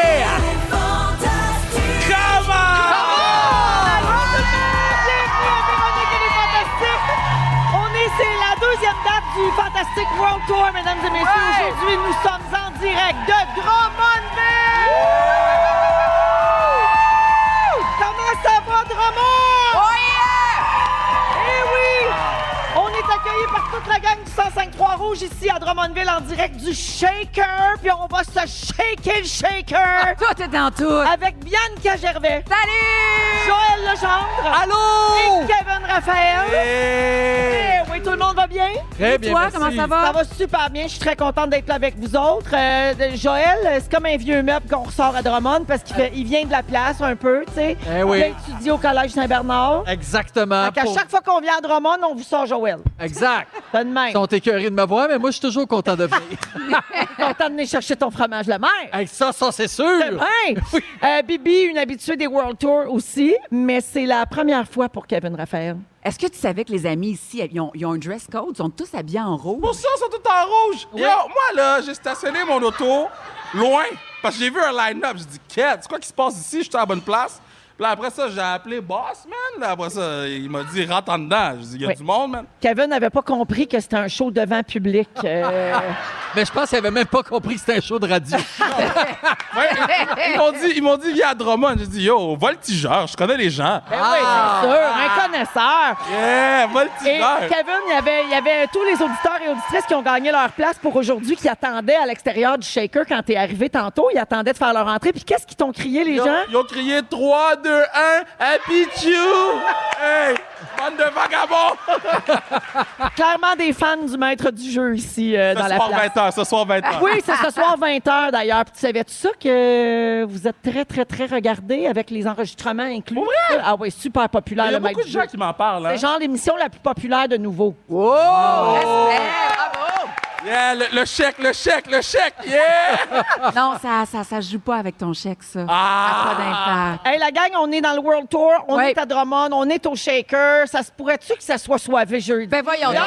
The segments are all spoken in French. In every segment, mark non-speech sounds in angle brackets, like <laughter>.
Véronique, elle est fantastique. On est, c'est la deuxième date du Fantastic World Tour, mesdames et messieurs. Aujourd'hui, nous sommes en direct de Drummondville. Comment ça va, Drummond? Oh Eh oui! On est accueillis par toute la gang du 105-3 Rouge ici à Drummondville en direct du Shaker. Puis on va se shaker le Shaker Ah, Tout est dans tout! avec Bianca Gervais, Salut! Joël Legendre et Allô! Kevin Raphaël. Hey! Eh oui, tout le monde va bien? Très Et bien, toi, merci. comment ça Ça va? va super bien. Je suis très contente d'être là avec vous autres. Euh, Joël, c'est comme un vieux meuble qu'on ressort à Drummond parce qu'il fait- il vient de la place un peu, tu sais. Eh oui. Il a étudié au Collège Saint-Bernard. Exactement. Donc, à Pour- chaque fois qu'on vient à Drummond, on vous sort Joël. Exact. T'as de même. Ils sont écœurés de me voir, mais moi, je suis toujours content de <laughs> venir. content de venir Eh, chercher ton fromage la mer. Hey, ça, ça, c'est sûr. Hein? <laughs> Euh, Bibi, une habituée des World Tour aussi, mais c'est la première fois pour Kevin Raphaël. Est-ce que tu savais que les amis ici, ils ont, ils ont un dress code, ils sont tous habillés en Pour rouge? ça, ils sont tout en rouge. Yo, moi, là, j'ai stationné mon auto loin parce que j'ai vu un line-up. J'ai dit, quête, c'est quoi qui se passe ici? Je suis à la bonne place. Puis là, après ça, j'ai appelé Boss, man. Là, après ça, il m'a dit, rentre en dedans. J'ai dit, il y a Oui. du monde, man. Kevin n'avait pas compris que c'était un show devant public. Euh, Mais je pense qu'ils n'avaient même pas compris que c'était un show de <laughs> radio. Ouais, ils m'ont dit, ils m'ont dit, viens à Drummond. J'ai dit, yo, voltigeur, je connais les Ah! gens. ben oui, c'est sûr, un connaisseur. Yeah, Et voltigeur. Kevin, il y, avait, il y avait tous les auditeurs et auditrices qui ont gagné leur place pour aujourd'hui, qui attendaient à l'extérieur du shaker quand t'es arrivé tantôt. Ils attendaient de faire leur entrée. Puis qu'est-ce qu'ils t'ont crié, les Ils ont, gens? ils ont crié 3, 2, 1, Happy Chew! hey, bande de vagabonds! Clairement des fans du maître du jeu ici euh, dans Ce la soir, place. 20h, ce soir, 20h. Oui, c'est ce soir 20h d'ailleurs. Puis tu savais-tu ça que vous êtes très, très, très regardés avec les enregistrements inclus? Ah oui, super populaire Il y a le maître beaucoup de du jeu. gens qui m'en parlent. hein. C'est genre l'émission la plus populaire de nouveau. Oh! Respect! Bravo! Yeah, le, le chèque, le chèque, le chèque, yeah! Non, ça, ça, ça se joue pas avec ton chèque, ça. Ça a pas Ah, d'impact. Hey, la gang, on est dans le World Tour, on Ouais. est à Drummond, on est au Shaker. Ça se pourrait-tu que ça soit soivé jeudi? Ben voyons donc.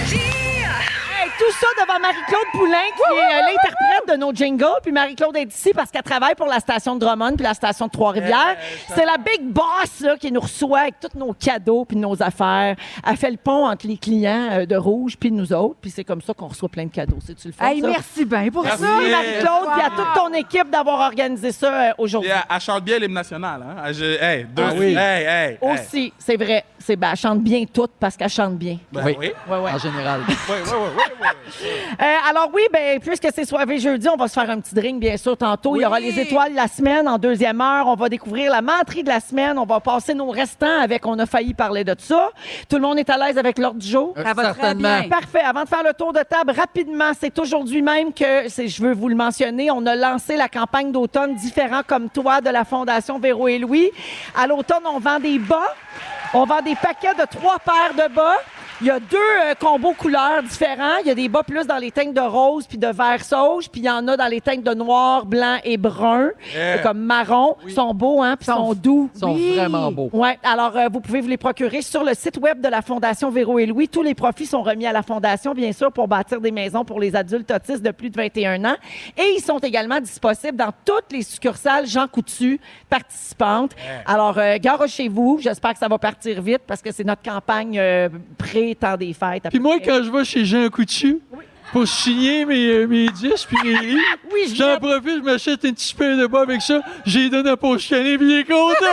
Hey, tout ça devant Marie-Claude Poulain, qui est euh, l'interprète de nos jingles. Puis Marie-Claude est ici parce qu'elle travaille pour la station de Drummond puis la station de Trois-Rivières. C'est la big boss là, qui nous reçoit avec tous nos cadeaux puis nos affaires. Elle fait le pont entre les clients euh, de Rouge puis nous autres. Puis c'est comme ça qu'on reçoit plein de cadeaux. C'est-tu le fun, Hey, ça? merci bien pour Merci. ça. Merci, Marie-Claude, puis à toute ton équipe d'avoir organisé ça euh, aujourd'hui. Et elle, elle chante bien l'hymne national, hein? Elle- je- hey, deux, Ah oui. hey, hey, hey. Aussi, c'est vrai. C'est, ben, elle chante bien toutes parce qu'elle chante bien. Ben Oui. oui. Oui, Ouais, ouais. En général. oui, oui, oui, oui. Euh, alors oui, ben, puisque c'est soirée jeudi, on va se faire un petit drink, bien sûr, tantôt. Il y aura les étoiles la semaine en deuxième heure. On va découvrir la menterie de la semaine. On va passer nos restants avec On a failli parler de ça. Tout le monde est à l'aise avec l'ordre du jour? Ça va très Certainement. bien. Parfait. Avant de faire le tour de table, rapidement, c'est aujourd'hui même que, c'est- je veux vous le mentionner, on a lancé la campagne d'automne Différents comme toi de la Fondation Véro et Louis. À l'automne, on vend des bas. On vend des paquets de trois paires de bas. Il y a deux euh, combos couleurs différents. Il y a des bas plus dans les teintes de rose puis de vert sauge, puis il y en a dans les teintes de noir, blanc et brun, Yeah. comme marron. Ils sont beaux, hein, puis ils Sont- sont doux. Ils sont Oui. vraiment beaux. Oui, alors euh, vous pouvez vous les procurer sur le site web de la Fondation Véro et Louis. Tous les profits sont remis à la Fondation, bien sûr, pour bâtir des maisons pour les adultes autistes de plus de 21 ans. Et ils sont également disponibles dans toutes les succursales Jean Coutu participantes. Alors, euh, garochez-vous. J'espère que ça va partir vite parce que c'est notre campagne euh, pré-temps des fêtes. Puis moi, quand je vais chez Jean Coutu, pour signer mes, euh, mes disques puis mes livres, <laughs> Oui, je j'en viens- profite, je m'achète un petit pain de bois avec ça, j'ai donné à Paul Chicanet, <laughs> puis il est content!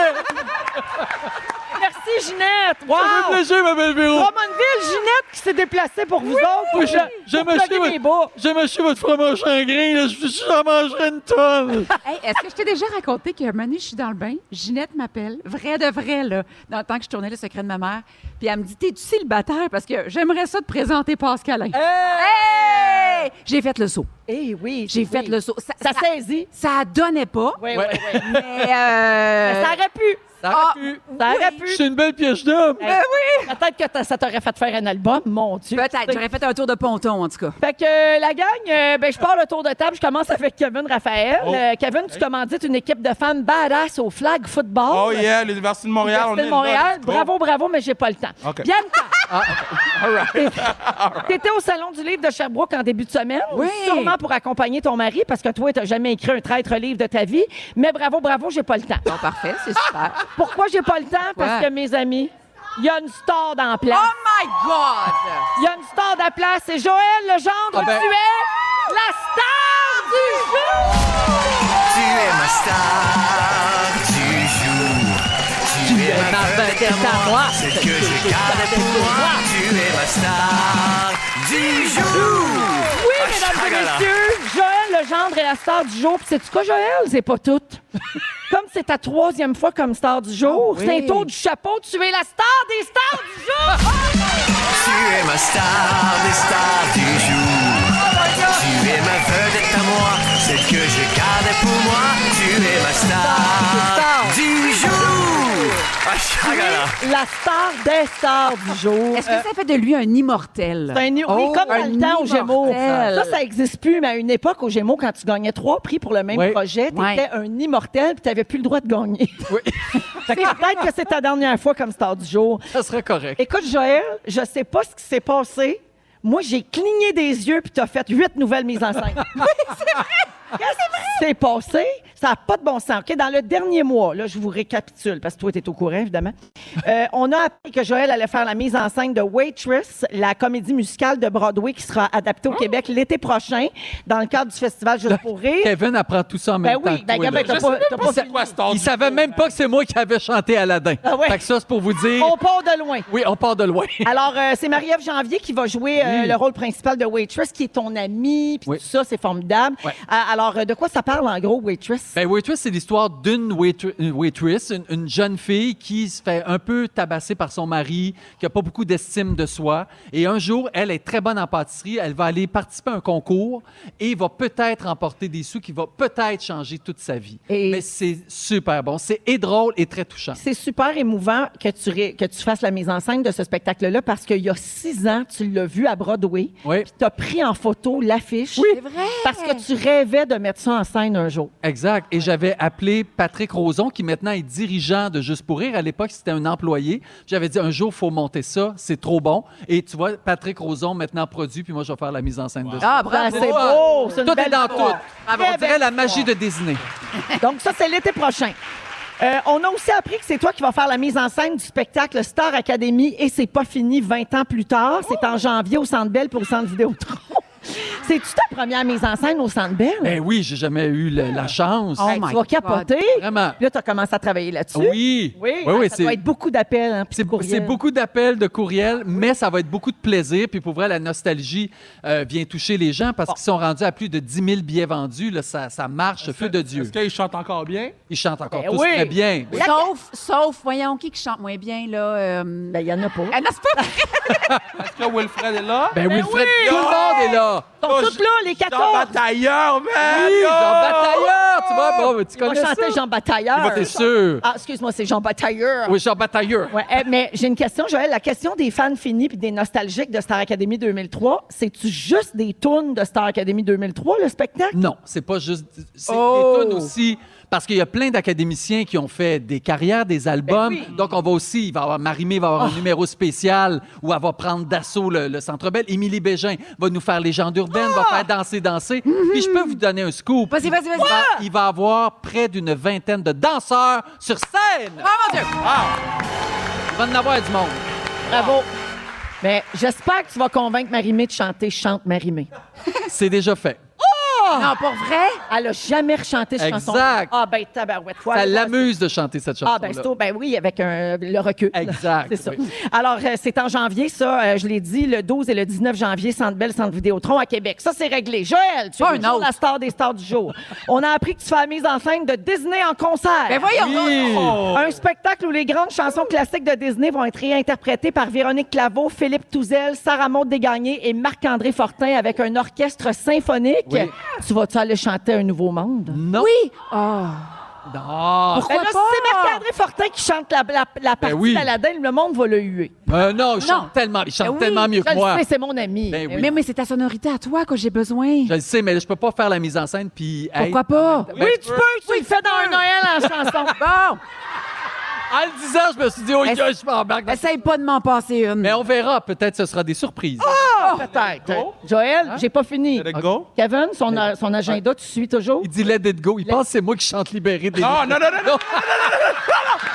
Merci, Ginette! Ça fait Wow! plaisir, ma belle Véro! Drummondville Ginette qui s'est déplacée pour vous autres. Moi, pour je- le- je pour me plugger suis- les bas. J'aime acheter votre fromage en grain, là, je j'en mangerais une <laughs> tonne. Hey, Est-ce que je t'ai déjà raconté que Manu, je suis dans le bain, Ginette m'appelle, vrai de vrai, là, dans le temps que je tournais le secret de ma mère, puis elle me dit T'es-tu célibataire Parce que j'aimerais ça te présenter Pascalin. Hey! J'ai fait le saut. Eh oui. J'ai oui. fait le saut. Ça, Ça ça- saisit. ça donnait pas. Oui, oui, oui. Mais. euh, Ça aurait pu. Ça aurait ah, pu. Ça aurait oui. pu. C'est une belle pièce d'homme. Ben <laughs> oui! Peut-être que t- ça t'aurait fait faire un album, mon Dieu. Peut-être. J'aurais fait un tour de ponton, en tout cas. Fait que euh, la gang, euh, ben, je pars le tour de table. Je commence avec Kevin Raphaël. Oh. Euh, Kevin, tu te mandites une équipe de femmes badass au flag football. Oh yeah, l'Université de Montréal. Université on est de là, Montréal. du gros. Bravo, bravo, mais j'ai pas le temps. OK. Ah, Bianca, All right. t'étais au Salon du livre de Sherbrooke en début de semaine. Oui. Sûrement pour accompagner ton mari, parce que toi, t'as jamais écrit un traître livre de ta vie. Mais bravo, bravo, j'ai pas le temps. Bon, parfait, c'est super. Pourquoi j'ai pas le temps? Parce Pourquoi? que, mes amis, il y a une star dans la place. Oh my God! Il y a une star de la place. C'est Joël Legendre. Ah ben- Tu es la star du jour! Tu es ma star du jour. Tu, es, ma vedette à moi, celle que je garde pour moi. Tu es ma star du jour. Oui, Ah, mesdames et messieurs, Joël Legendre est la star du jour. Puis sais-tu quoi, Joël? C'est pas tout. <laughs> comme c'est ta troisième fois comme star du jour, Ah c'est un tour du chapeau. Tu es la star des stars du jour! Ah! Tu es ma star des stars du jour. Tu es ma vedette à moi, celle que je garde pour moi. Tu es ma star du jour. Ah, chagala. la star des stars du jour. Est-ce que ça fait de lui un immortel? Euh, C'est un oui, Oh, comme dans un le temps aux Gémeaux. immortel. Ça, ça n'existe plus, mais à une époque, aux Gémeaux, quand tu gagnais trois prix pour le même Oui. projet, tu étais Ouais. un immortel puis tu n'avais plus le droit de gagner. <laughs> Fait que Peut-être que c'est ta dernière fois comme star du jour. Ça serait correct. Écoute, Joël, je sais pas ce qui s'est passé. Moi, j'ai cligné des yeux puis t'as fait huit nouvelles mises en <laughs> scène. oui, c'est vrai! Qu'est-ce qui s'est passé? Ça n'a pas de bon sens. OK? Dans le dernier mois, là, je vous récapitule parce que toi, tu es au courant, évidemment. Euh, <laughs> on a appris que Joël allait faire la mise en scène de Waitress, la comédie musicale de Broadway qui sera adaptée au Québec l'été prochain dans Oh! le cadre du festival Juste pour rire. Kevin apprend tout ça en Ben même temps. oui, que ben, toi, ben, là. t'as Je pas, sais t'as même pas pas fini. c'est quoi Star Il savait même pas que c'est moi qui avais chanté Aladdin. Ah ouais. Fait que ça, c'est pour vous dire. On part de loin. Oui, on part de loin. Alors, euh, c'est Marie-Ève Janvier qui va jouer euh, Oui. le rôle principal de Waitress, qui est ton amie, puis Oui. tout ça, c'est formidable. Ouais. Euh, alors, euh, de quoi ça parle, en gros, Waitress? Ben, Waitress, c'est l'histoire d'une waitri- une waitress, une, une jeune fille qui se fait un peu tabasser par son mari, qui n'a pas beaucoup d'estime de soi. Et un jour, elle est très bonne en pâtisserie. Elle va aller participer à un concours et va peut-être emporter des sous qui va peut-être changer toute sa vie. Et- Mais c'est super bon. C'est et drôle et très touchant. C'est super émouvant que tu, ré- que tu fasses la mise en scène de ce spectacle-là parce qu'il y a six ans, tu l'as vu à Broadway. Oui. Puis tu as pris en photo l'affiche. Oui, vrai. Parce que tu rêvais de mettre ça en scène un jour. Exact. Et j'avais appelé Patrick Roson, qui maintenant est dirigeant de Juste pour rire. À l'époque, c'était un employé. J'avais dit, un jour, faut monter ça. C'est trop bon. Et tu vois, Patrick Roson, maintenant produit, puis moi, je vais faire la mise en scène de ça. Ah, Ah, bravo! c'est beau! C'est une Tout belle est dans histoire. tout. Ah, ben, Très on belle dirait la magie de Disney. Donc, ça, c'est l'été prochain. Euh, on a aussi appris que c'est toi qui vas faire la mise en scène du spectacle Star Academy et c'est pas fini 20 ans plus tard. C'est en janvier au Centre Bell pour le Centre Vidéotron. <laughs> C'est-tu ta première mise en scène au Centre Bell? Ben oui, j'ai jamais eu le- la chance. Oh Hey, my tu vas God. capoter. Vraiment. Là, Ah, tu as commencé à travailler là-dessus. Oui. Oui, oui, ah, oui, ça c'est- doit être beaucoup d'appels. hein, puis C'est de courriels. c'est beaucoup d'appels, de courriels, mais ça va être beaucoup de plaisir. Puis pour vrai, la nostalgie euh, vient toucher les gens parce qu'ils sont rendus à plus de 10 000 billets vendus. Là, ça, ça marche, feu de Dieu. Est-ce qu'il chante encore bien? Ils chantent encore Ben tous oui. très bien. Sauf, sauf, voyons, qui qui chante moins bien, là? euh, Ben, il y en a pas. Ah, non, c'est pas vrai. <laughs> Est-ce que Wilfred est là? Oh, Ben, Wilfred, oui! tout le monde est là. Ils sont tous là, les 14. Jean Batailleur, man! Oui, Yo! Jean Batailleur, tu vois, bon, mais tu On connais ça. chantait Jean Batailleur. Bah, T'es sûr. Ah, excuse-moi, c'est Jean Batailleur. Oui, Jean Batailleur. Ouais, eh, mais j'ai une question, Joël. La question des fans finis puis des nostalgiques de Star Academy 2003, c'est-tu juste des tunes de Star Academy 2003, le spectacle? Non, c'est pas juste. C'est Oh! des tunes aussi. Parce qu'il y a plein d'académiciens qui ont fait des carrières, Ben des albums. Donc, on va aussi, il va y avoir Marimé va Oh! avoir un numéro spécial où elle va prendre d'assaut le, le Centre Bell. Émilie Bégin va nous faire Légende urbaine, va faire Danser, Danser. Puis je peux vous donner un scoop. Ah! Vas-y, vas-y, vas-y. Il va, il va avoir près d'une vingtaine de danseurs sur scène. Ah! Oh mon Dieu! Il va en avoir du monde. Bravo. Ben, Mais j'espère que tu vas convaincre Marimé de chanter Chante Marimé. C'est déjà fait. Ah! Non, pour vrai? Elle a jamais rechanté cette chanson. Exact. Ah, ben, tabarouette. Faut Ça aller voir l'amuse de chanter cette chanson. Ah, ben, c'est au- ben oui, avec un- le recul. Exact, c'est ça. oui. Alors, euh, c'est en janvier, ça. euh, je l'ai dit, le 12 et le 19 janvier, Centre Belle, Centre Vidéotron à Québec. Ça, c'est réglé. Joël, tu Pas es un toujours autre. la star des stars du jour. On a appris que tu fais la mise en scène de Disney en concert. <laughs> Ben voyons Oui. donc. Un spectacle où les grandes chansons classiques de Disney vont être réinterprétées par Véronique Claveau, Philippe Touzel, Sarah Maud Desgagnés et Marc-André Fortin avec un orchestre symphonique. Oui. Tu vas-tu aller chanter Un Nouveau Monde? Non. Oui. Ah. Non. Ben là, Pourquoi si c'est pas? Marc-André Fortin qui chante la, la, la partie Ben oui. d'Aladin, le monde va le huer. Euh, non, je Non. chante tellement, il chante Ben oui, tellement mieux Je que le moi. sais, c'est mon ami. Ben oui. Mais, mais c'est ta sonorité à toi que j'ai besoin. Je le sais, mais je peux pas faire la mise en scène puis. Pourquoi pas? Ben, oui, tu peux, tu le fais dans un Noël en <laughs> chanson. Bon, En le disant, je me suis dit, oh, Est-ce- gars, je Ben, m'embarque. dans- essaye pas de m'en passer une. Mais on verra, peut-être ce sera des surprises. Ah, Peut-être. Joël, j'ai pas fini. Let it go. Kevin, son, euh, son agenda, tu suis toujours? Il dit let it go. Il pense que c'est moi qui chante libéré des. Non, non, non, non, non, non, non, non, non, non, non,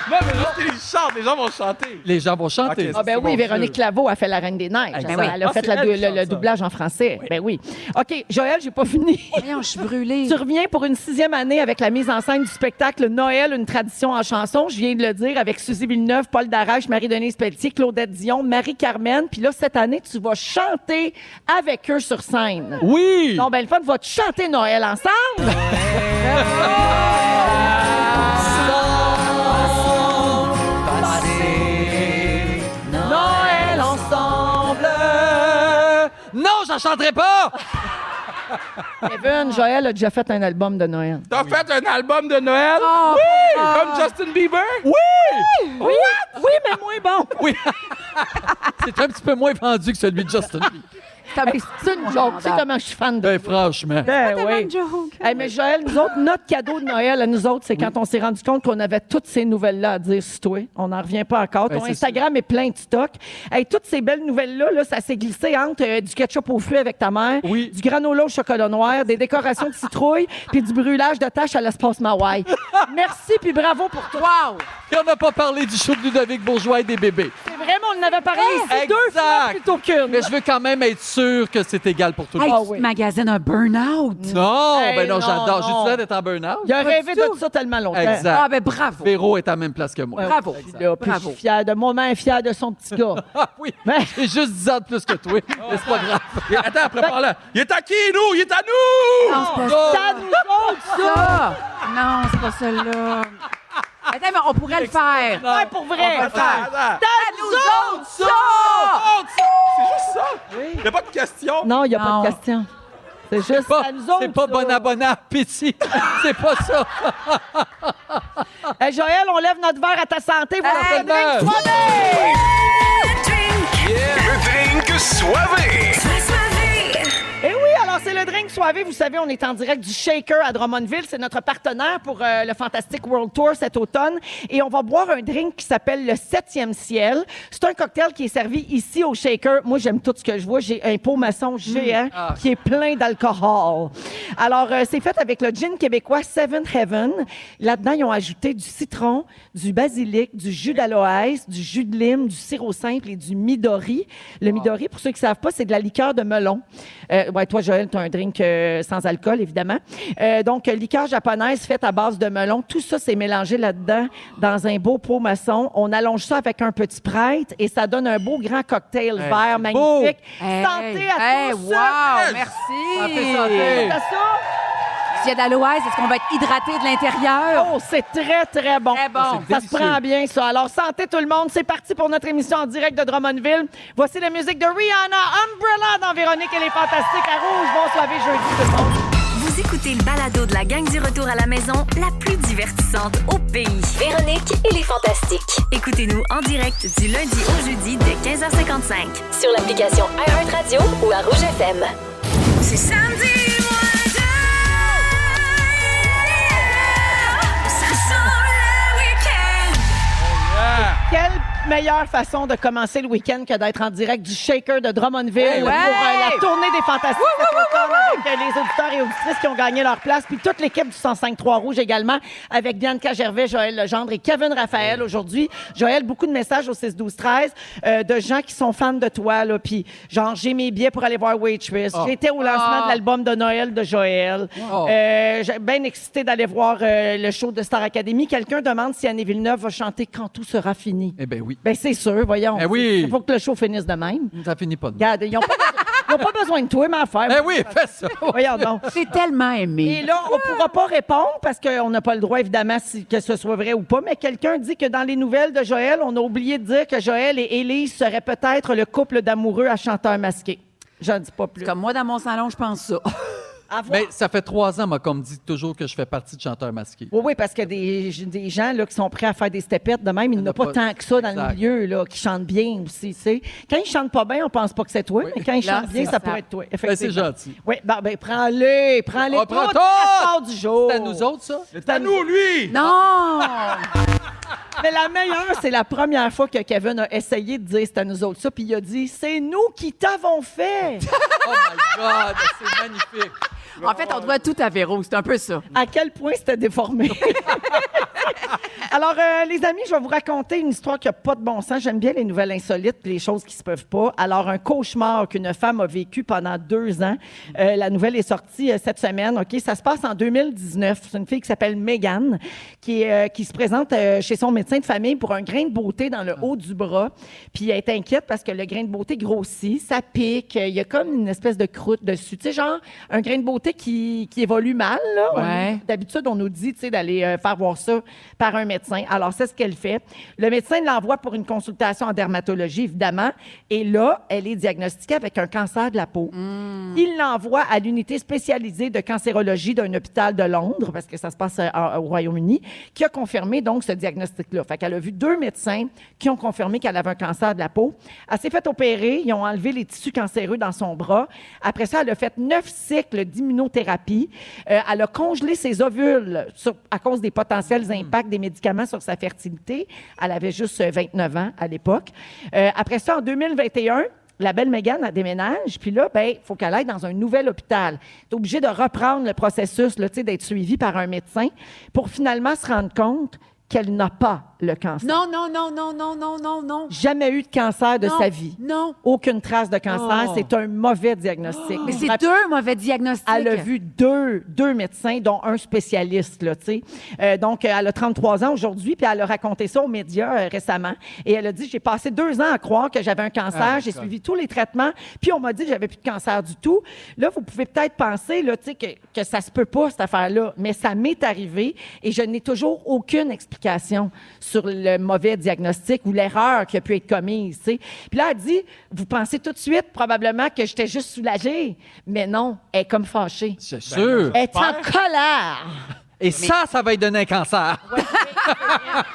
non, mais là, c'est- ils chantent, les gens vont chanter. Les gens vont chanter. Ok, Ah ben C'est oui, mon Véronique Dieu. Claveau a fait La Reine des Neiges. Exact. Elle, Ben oui. a Ah, fait c'est la- elle qui le, chante le ça. doublage en français. Ben oui. OK, Joël, j'ai pas <laughs> fini. Voyons, je suis brûlée. Tu reviens pour une sixième année avec la mise en scène du spectacle Noël, une tradition en chanson. Je viens de le dire avec Suzy Villeneuve, Paul Darrache, Marie-Denise Pelletier, Claudette Dion, Marie-Carmen. Puis là, cette année, tu vas chanter avec eux sur scène. Oui! Non, ben le fun, va te chanter Noël ensemble. <laughs> Noël ensemble. Non, j'en chanterai pas! Kevin, Joël a déjà fait un album de Noël. T'as fait un album de Noël? Oh, oui! pas grave. Comme Justin Bieber? Oui! Oui, oui, mais moins bon. Oui! c'est un petit peu moins vendu que celui de Justin. <laughs> Bieber. C'est une joke. Tu sais comment je suis fan de ben, franchement. Euh, Ben tellement oui. une joke. Hey, mais Joël, nous autres, notre cadeau de Noël à nous autres, c'est quand on s'est rendu compte qu'on avait toutes ces nouvelles-là à dire sur toi. On n'en revient pas encore. Ben, Ton c'est Instagram est plein de stock. Hey, toutes ces belles nouvelles-là, là, ça s'est glissé entre euh, du ketchup au fruit avec ta mère, Oui. du granola au chocolat noir, des décorations <laughs> de citrouille, puis du brûlage de tâches à l'espace Mawai. Merci, puis bravo pour toi. Wow! Puis on n'a pas parlé du show de Ludovic Bourgeois et des bébés. C'est vraiment, on en avait parlé ici Exact. deux fois plutôt qu'une. Mais je veux quand même être sûr que c'est égal pour tout le Hey, monde. oui. tu magasines un burn-out. Non, Hey, ben non, non, j'adore. non. J'ai l'air d'être en burn-out. Il a Pas rêvé du tout. de ça tellement longtemps. Exact. Ah, ben bravo. Véro est à même place que moi. Ouais, Bravo. Là, puis Je Bravo. suis fière de moi, même fière de son petit gars. <laughs> Ah oui, Ouais. j'ai juste 10 ans de plus que toi, <laughs> mais c'est pas grave. Ben, Et Attends, prépare-le. Il est à qui, nous? Il est à nous! Oh, Ça nous autres, ça! Ça! Non, c'est pas celle-là. Attends, mais on pourrait le faire. Ah, Ouais, pour vrai. Ah. Attends, attends. T'as nous autres. ça! Oh, tu- C'est juste ça. Il n'y a pas de question. Non, il n'y a pas Non. de question. C'est juste c'est pas, à nous autres. c'est pas ça. bon abonné à appétit. <laughs> c'est pas <laughs> ça. Hey, Joël, on lève notre verre à ta santé. Voilà. Hey, Ah, Drink drink soivé. Le drink soivé. Eh oui, alors c'est le drink soivé. Vous savez, on est en direct du Shaker à Drummondville. C'est notre partenaire pour euh, le Fantastic World Tour cet automne. Et on va boire un drink qui s'appelle le Septième Ciel. C'est un cocktail qui est servi ici au Shaker. Moi, j'aime tout ce que je vois. J'ai un pot maçon géant Ah. qui est plein d'alcool. Alors, euh, c'est fait avec le gin québécois Seven Heaven. Là-dedans, ils ont ajouté du citron, du basilic, du jus d'aloès, du jus de lime, du sirop simple et du midori. Le midori, pour ceux qui ne savent pas, c'est de la liqueur de melon. Euh, ouais, toi, Joël, tu as un drink euh, sans alcool, évidemment. Euh, donc, euh, liqueur japonaise faite à base de melon. Tout ça, c'est mélangé là-dedans dans un beau pot maçon. On allonge ça avec un petit prêtre et ça donne un beau grand cocktail vert c'est beau. magnifique. Hey, Santé à hey, tous! Wow, Santé, merci. santé. T'as ça? S'il y a d'aloès, est-ce qu'on va être hydraté de l'intérieur? Oh, c'est très, très bon. Très bon. C'est Ça se délicieux. prend bien, ça. Alors, santé tout le monde. C'est parti pour notre émission en direct de Drummondville. Voici la musique de Rihanna, Umbrella dans Véronique et les Fantastiques à Rouge. Bon soirée jeudi tout le monde. Vous écoutez le balado de la gang du retour à la maison, la plus divertissante au pays. Véronique et les Fantastiques. Écoutez-nous en direct du lundi au jeudi dès 15h55. Sur l'application iHeartRadio ou à Rouge FM. C'est samedi, Ça sent le week-end. Ah. Quel meilleure façon de commencer le week-end que d'être en direct du Shaker de Drummondville pour euh, ouais. la tournée des Fantastiques cet automne avec euh, les auditeurs et auditrices qui ont gagné leur place, puis toute l'équipe du 105-3 Rouge également, avec Bianca Gervais, Joël Legendre et Kevin Raphaël aujourd'hui. Joël, beaucoup de messages au 6-12-13 euh, de gens qui sont fans de toi, là, puis genre, j'ai mes billets pour aller voir Waitress, Oh. j'étais au lancement Ah. de l'album de Noël de Joël, Oh. Euh, j'ai bien excité d'aller voir euh, le show de Star Academy. Quelqu'un demande si Annie Villeneuve va chanter « Quand tout sera fini ». Eh bien oui, Ben c'est sûr, voyons. Eh oui. Il faut que le show finisse de même. ça finit pas de mal. Regarde, ils n'ont pas, ils ont pas besoin de toi, ma affaire. Eh oui, fais <laughs> ça! Voyons donc. J'ai tellement Et aimé. là, on ne pourra pas répondre parce qu'on n'a pas le droit, évidemment, si- que ce soit vrai ou pas, mais quelqu'un dit que dans les nouvelles de Joël, on a oublié de dire que Joël et Élise seraient peut-être le couple d'amoureux à chanteurs masqués. J'en dis pas plus. Comme moi, dans mon salon, je pense ça. <laughs> À voir. Mais ça fait trois ans, moi, qu'on me dit toujours que je fais partie de chanteurs masqués. Oui, oui, parce que des, des gens là, qui sont prêts à faire des stepettes de même, il n'y en a pas, tant que ça dans Exact. le milieu, là, qui chantent bien aussi. tu sais. Quand ils chantent pas bien, on pense pas que c'est toi, mais quand ils Là, chantent bien, c'est ça ça. pourrait être toi. Ben, c'est effectivement. gentil. Oui, ben, ben, prends-les, prends-les. On prend tout, tout! la star du jour. C'est à nous autres, ça? C'est à nous, lui! Non! Mais la meilleure, c'est la première fois que Kevin a essayé de dire c'est à nous autres ça, puis il a dit c'est nous qui <laughs> t'avons fait. Oh my God, c'est magnifique! En fait, on doit tout à Véro. C'est un peu ça. à quel point c'était déformé. Alors, euh, les amis, je vais vous raconter une histoire qui n'a pas de bon sens. J'aime bien les nouvelles insolites puis les choses qui se peuvent pas. Alors, un cauchemar qu'une femme a vécu pendant deux ans. Euh, la nouvelle est sortie euh, cette semaine. OK, ça se passe en 2019. C'est une fille qui s'appelle Megan qui, est, euh, qui se présente euh, chez son médecin de famille pour un grain de beauté dans le haut du bras. Puis elle est inquiète parce que le grain de beauté grossit, ça pique. Il y a comme une espèce de croûte dessus. Tu sais, genre un grain de beauté qui, qui évolue mal. Là. On- Ouais. D'habitude, on nous dit tu sais, d'aller euh, faire voir ça par un médecin. Alors, c'est ce qu'elle fait. Le médecin l'envoie pour une consultation en dermatologie, évidemment. Et là, elle est diagnostiquée avec un cancer de la peau. Il l'envoie à l'unité spécialisée de cancérologie d'un hôpital de Londres, parce que ça se passe euh, en- au Royaume-Uni, qui a confirmé donc ce diagnostic-là. Fait qu'elle a vu deux médecins qui ont confirmé qu'elle avait un cancer de la peau. Elle s'est faite opérer, ils ont enlevé les tissus cancéreux dans son bras. Après ça, elle a fait neuf cycles d'immunothérapie. Euh, elle a congelé ses ovules sur- à cause des potentiels impacts des médicaments sur sa fertilité. Elle avait juste euh, 29 ans à l'époque. Euh, après ça, en 2021, la belle Mégane, elle déménage, puis là, ben, il faut qu'elle aille dans un nouvel hôpital. Tu obligée de reprendre le processus, là, tu sais, d'être suivie par un médecin pour finalement se rendre compte qu'elle n'a pas le cancer. Non, non, non, non, non, non, non, non. Jamais eu de cancer de Non, sa vie. Non. Aucune trace de cancer. Oh. C'est un mauvais diagnostic. Mais c'est deux mauvais diagnostics. Elle a vu deux, deux médecins, dont un spécialiste, là, tu sais. Euh, donc, euh, elle a 33 ans aujourd'hui, puis elle a raconté ça aux médias euh, récemment. Et elle a dit, j'ai passé deux ans à croire que j'avais un cancer, Ah, j'ai ça. suivi tous les traitements, puis on m'a dit que j'avais plus de cancer du tout. Là, vous pouvez peut-être penser, là, tu sais, que, que ça se peut pas, cette affaire-là, mais ça m'est arrivé et je n'ai toujours aucune explication sur le mauvais diagnostic ou l'erreur qui a pu être commise, tu sais. Puis là, elle dit, vous pensez tout de suite, probablement, que j'étais juste soulagée. Mais non, elle est comme fâchée. <laughs> C'est sûr! Elle est en colère. Et ça, ça va lui donner un cancer!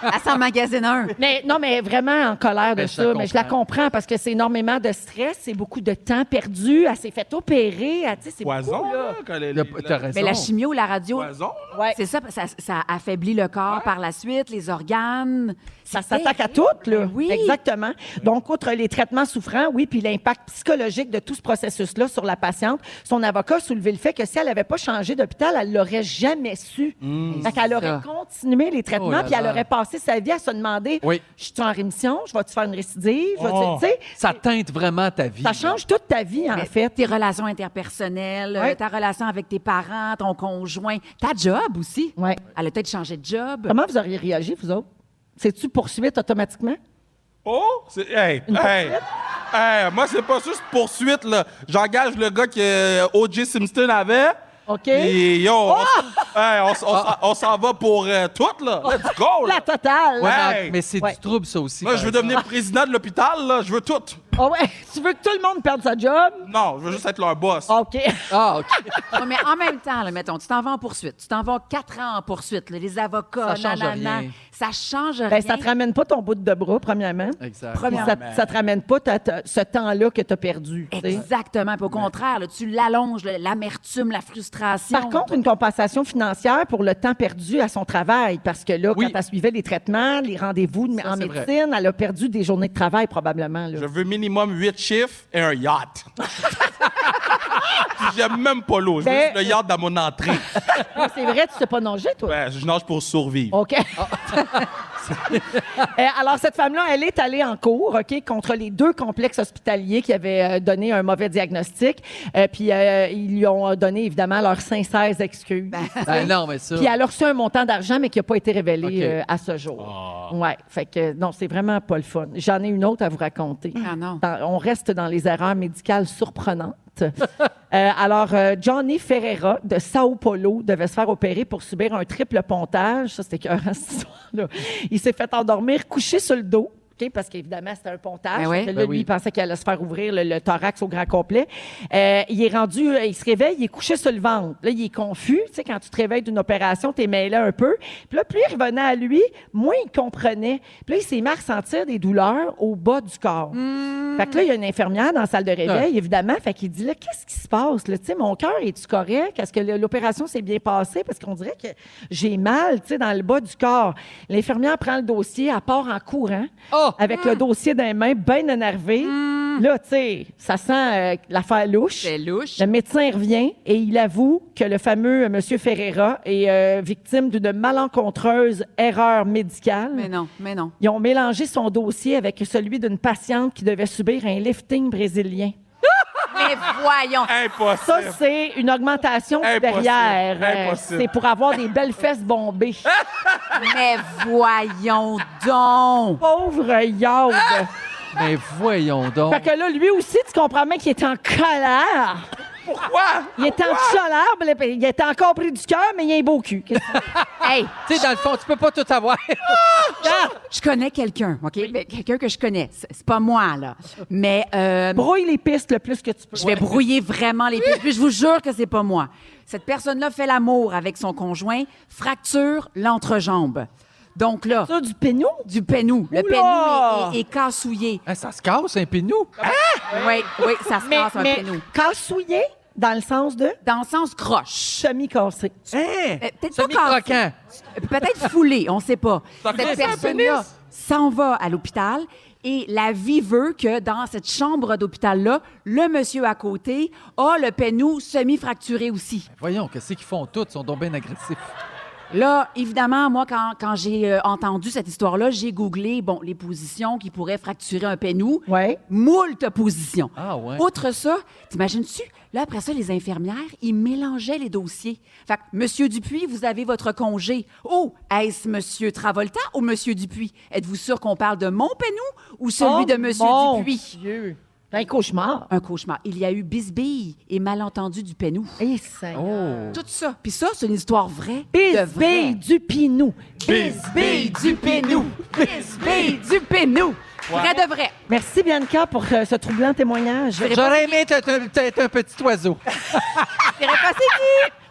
Elle s'en magasine un. Mais non, mais elle est vraiment en colère de Ben, je ça. la Mais je la comprends. comprends parce que c'est énormément de stress, c'est beaucoup de temps perdu. Elle s'est fait opérer. Elle, tu sais, c'est Poison, beaucoup, là. là, quand les- Le- les- T'as raison. Mais la chimio, la radio. Poison, là. Ouais. C'est ça, ça, ça affaiblit le corps par la suite, les organes. Ça C'est s'attaque à terrible. toutes, là. Oui. Exactement. Donc, outre les traitements souffrants, oui, puis l'impact psychologique de tout ce processus-là sur la patiente, son avocat soulevait le fait que si elle n'avait pas changé d'hôpital, elle l'aurait jamais su. Fait qu'elle aurait Ça. continué les Hmm. Oh traitements, là puis elle là. aurait passé sa vie à se demander Oui. Je suis en rémission, je vais-tu faire une récidive? Je vais-tu- Oh. Tu sais, Ça teinte vraiment ta vie. ça change toute ta vie, en Mais fait. Tes relations interpersonnelles, Ouais. euh, ta relation avec tes parents, ton conjoint, ta job aussi. Ouais. Elle a peut-être changé de job. Comment vous auriez réagi, vous autres? C'est-tu poursuite automatiquement? Oh! C'est, hey, hey, hey, moi, c'est pas juste poursuite, là. J'engage le gars que euh, O.J. Simpson avait. OK. Ah! Et yo, on, hey, on s- on s- on s'en va pour euh, tout, là. Let's go, La là. totale! Ouais. Mais c'est Ouais. du trouble, ça aussi. Moi, par je veux exemple. devenir président de l'hôpital, là. Je veux tout. Ah ouais, <laughs> tu veux que tout le monde perde sa job? Non, je veux juste être leur boss. OK. Ah, OK. Ouais, mais en même temps, là, mettons, tu t'en vas en poursuite. Tu t'en vas quatre ans en poursuite. là, les Ça avocats, change nanana. rien. Ça <laughs> change Ben, rien. ça te ramène pas ton bout de bras, premièrement. Exact. Puis Premièrement. ça, ça te ramène pas ta- ta- ce temps-là que tu as perdu. tu sais. Exactement. Puis au contraire, là, tu l'allonges, là, l'amertume, la frustration. Par contre, une compensation financière pour le temps perdu à son travail, parce que là, Oui. quand elle suivait les traitements, les rendez-vous de- en c'est vrai. médecine, elle a perdu des journées de travail probablement. là. Je veux minimum 8 chiffres et un yacht. <laughs> J'aime même pas l'eau. Je veux Ben, juste le yacht dans mon <laughs> entrée. Mais Ah, C'est vrai, tu sais pas nager, toi. Ben, je nage pour survivre. OK. <laughs> Euh, Alors, cette femme-là, elle est allée en cours, OK, contre les deux complexes hospitaliers qui avaient euh, donné un mauvais diagnostic. Euh, puis, euh, ils lui ont donné, évidemment, leurs sincères excuses. Ben non, mais ça. Puis elle a reçu un montant d'argent, mais qui n'a pas été révélé OK. euh, à ce jour. Ouais, fait que non, c'est vraiment pas le fun. J'en ai une autre à vous raconter. Ah non. Dans- on reste dans les erreurs médicales surprenantes. <laughs> Euh, alors, euh, Johnny Ferreira de Sao Paulo devait se faire opérer pour subir un triple pontage. Ça, c'était écœurant, cette histoire-là. Il s'est fait endormir couché sur le dos. OK, parce qu'évidemment, c'était un pontage. Ben ouais. Fait que là, Ben lui, oui. il pensait qu'il allait se faire ouvrir le, le thorax au grand complet. Euh, il est rendu, euh, il se réveille, il est couché sur le ventre. Là, il est confus. Tu sais, quand tu te réveilles d'une opération, t'es mêlé un peu. Puis là, plus il revenait à lui, moins il comprenait. Puis là, il s'est mis à ressentir des douleurs au bas du corps. Fait que là, il y a une infirmière dans la salle de réveil, évidemment. Fait qu'il dit, là, qu'est-ce qui se passe? Là, tu sais, mon cœur, est-tu correct? Est-ce que le- l'opération s'est bien passée? Parce qu'on dirait que j'ai mal, tu sais, dans le bas du corps. L'infirmière prend le dossier, elle part en courant Oh! avec Hmm. le dossier dans les mains, bien énervé. Là, tu sais, ça sent euh, l'affaire louche. C'est louche. Le médecin revient et il avoue que le fameux euh, monsieur Ferreira est euh, victime d'une malencontreuse erreur médicale. Mais non, mais non. Ils ont mélangé son dossier avec celui d'une patiente qui devait subir un lifting brésilien. Mais voyons. Ça, Impossible. c'est une augmentation du Impossible. derrière. Euh, Impossible. C'est pour avoir des belles fesses bombées. Mais voyons donc. Pauvre Yard! Mais voyons donc. Fait que là, lui aussi, tu comprends bien qu'il est en colère. Pourquoi? Il est en chaleur, ben, il est encore pris du cœur, mais il a un beau cul. Qu'est-ce que- Hey, Tu sais, dans le fond, tu peux pas tout <laughs> avoir. je connais quelqu'un, OK? Mais Quelqu'un que je connais. C'est c'est pas moi, là. Mais euh, Brouille les pistes le plus que tu peux. je vais brouiller vraiment les pistes. Puis je vous jure que c'est pas moi. Cette personne-là fait l'amour avec son conjoint, fracture l'entrejambe. Donc là, Ça, du pénou? du pénou. Le Oula! pénou est, est- est cassouillé. Hein, ça se casse, un pinou. Oui, oui, ça se Mais, casse un mais pénou. cassouillé, dans le sens de Dans le sens croche. semi-cassé. Hein? Eh, Euh, Peut-être pas cassé. Semi-croquant. Peut-être foulé, on ne sait pas. <laughs> Ça Cette ressemble à un personne-là pénis. s'en va à l'hôpital et la vie veut que dans cette chambre d'hôpital-là, le monsieur à côté a le pénou semi-fracturé aussi. Voyons, qu'est-ce qu'ils font tous? Ils sont donc bien agressifs. Là, évidemment, moi, quand, quand j'ai euh, entendu cette histoire-là, j'ai googlé, bon, les positions qui pourraient fracturer un pénou. Ouais. Moult positions. Ah ouais. Outre ça, t'imagines-tu, là, après ça, les infirmières, ils mélangeaient les dossiers. Fait que, Monsieur Dupuis, vous avez votre congé. Oh, est-ce Monsieur Travolta ou Monsieur Dupuis? Êtes-vous sûr qu'on parle de mon pénou ou celui Oh, de Monsieur mon Dupuis? Dieu. C'est un cauchemar. Un cauchemar. Il y a eu bisbille et malentendu du pénou. Et Seigneur. Oh. Tout ça. Puis ça, c'est une histoire vraie. de Bisbille vrai. du Pinou. Bisbille du pénou. Bisbille du pénou. Vrai de vrai. Merci, Bianca, pour euh, ce troublant témoignage. J'aurais aimé être, être- être un petit oiseau.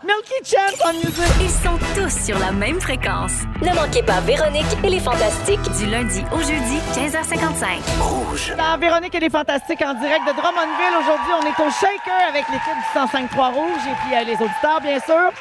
Milky Chance en musique. Ils sont tous sur la même fréquence. Ne manquez pas Véronique et les Fantastiques. Du lundi au jeudi, 15h55. Dans Véronique, elle est fantastique en direct de Drummondville. Aujourd'hui, on est au Shaker avec l'équipe du 105.3 Rouge et puis euh, les auditeurs, bien sûr.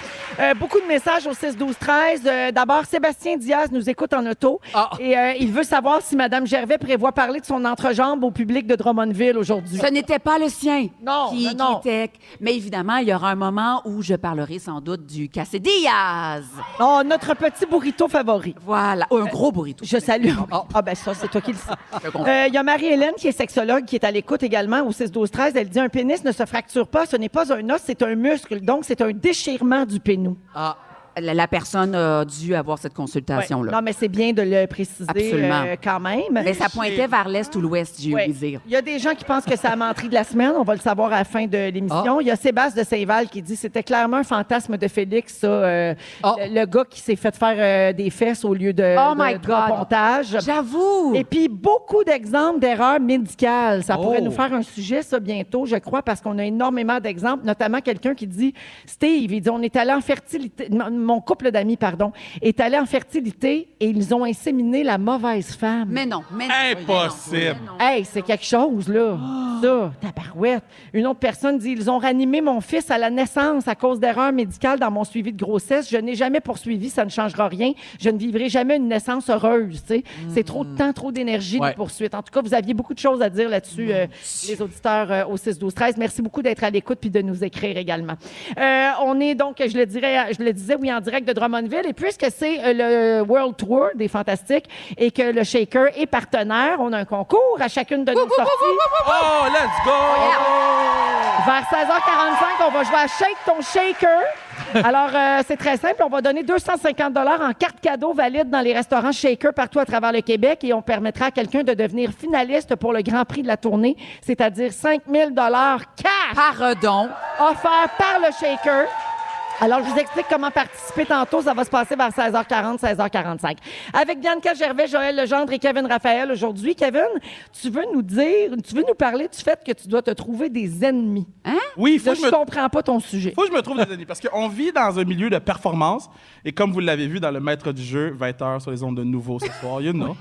Euh, beaucoup de messages au 6-12-13. Euh, D'abord, Sébastien Diaz nous écoute en auto Ah. et euh, il veut savoir si Madame Gervais prévoit parler de son entrejambe au public de Drummondville aujourd'hui. Ce n'était pas le sien. Non, qui, non, qui non. était- Mais évidemment, il y aura un moment où je parlerai sans doute du Cassediaz. Oh, notre petit burrito favori. Voilà. Oh, un gros burrito. Je salue. Ah ben ça, c'est toi qui le sais. Je Euh, comprends. Il y a Marie-Hélène qui est sexologue, qui est à l'écoute également au 6-12-13. Elle dit un pénis ne se fracture pas, ce n'est pas un os, c'est un muscle, donc c'est un déchirement du pénou. Ah, la, la personne a dû avoir cette consultation-là. Non, mais c'est bien de le préciser Absolument. euh, quand même. mais ça pointait vers l'est ou l'ouest, j'ai Ouais. oublié de dire. Il y a des gens qui pensent que c'est la menterie de la semaine. On va le savoir à la fin de Ah. l'émission. Il y a Sébastien de Saint-Val qui dit c'était clairement un fantasme de Félix, ça, euh, Ah. le, le gars qui s'est fait faire euh, des fesses au lieu de, Oh de my trois God. pontages. J'avoue! Et puis, beaucoup d'exemples d'erreurs médicales. Ça pourrait Oh. nous faire un sujet, ça, bientôt, je crois, parce qu'on a énormément d'exemples, notamment quelqu'un qui dit Steve, il dit, on est allé en fertilité, mon- mon couple d'amis, pardon, est allé en fertilité et ils ont inséminé la mauvaise femme. Mais non, mais non. Impossible. Mais non. Ah. Hey, c'est quelque chose, là. Ça, tabarouette. Une autre personne dit Ils ont ranimé mon fils à la naissance à cause d'erreurs médicales dans mon suivi de grossesse. Je n'ai jamais poursuivi, ça ne changera rien. Je ne vivrai jamais une naissance heureuse. Tu sais. C'est trop Hmm. de temps, trop d'énergie, Ouais. les poursuites. En tout cas, vous aviez beaucoup de choses à dire là-dessus, euh, les auditeurs euh, au 6 12 13 Merci beaucoup d'être à l'écoute puis de nous écrire également. Euh, on est donc, je le, dirais, je le disais, oui, en direct de Drummondville. Et puisque c'est euh, le World Tour des Fantastiques et que le Shaker est partenaire, on a un concours à chacune de nos sorties. Oh, let's go! Vers 16h45, on va jouer à Shake ton shaker. Alors, euh, c'est très simple. On va donner 250 en cartes cadeaux valides dans les restaurants Shaker partout à travers le Québec et on permettra à quelqu'un de devenir finaliste pour le Grand Prix de la tournée, c'est-à-dire 5 000 cash Pardon. offert par le Shaker. Alors, je vous explique comment participer tantôt. Ça va se passer vers 16h40, 16h45. Avec Bianca Gervais, Joël Legendre et Kevin Raphaël aujourd'hui. Kevin, tu veux nous dire, tu veux nous parler du fait que tu dois te trouver des ennemis. Oui, faut Là, que je je me comprends pas ton sujet. faut que je me trouve des ennemis parce qu'on vit dans un milieu de performance et comme vous l'avez vu dans le maître du jeu 20h sur les ondes de nouveau ce soir, you know.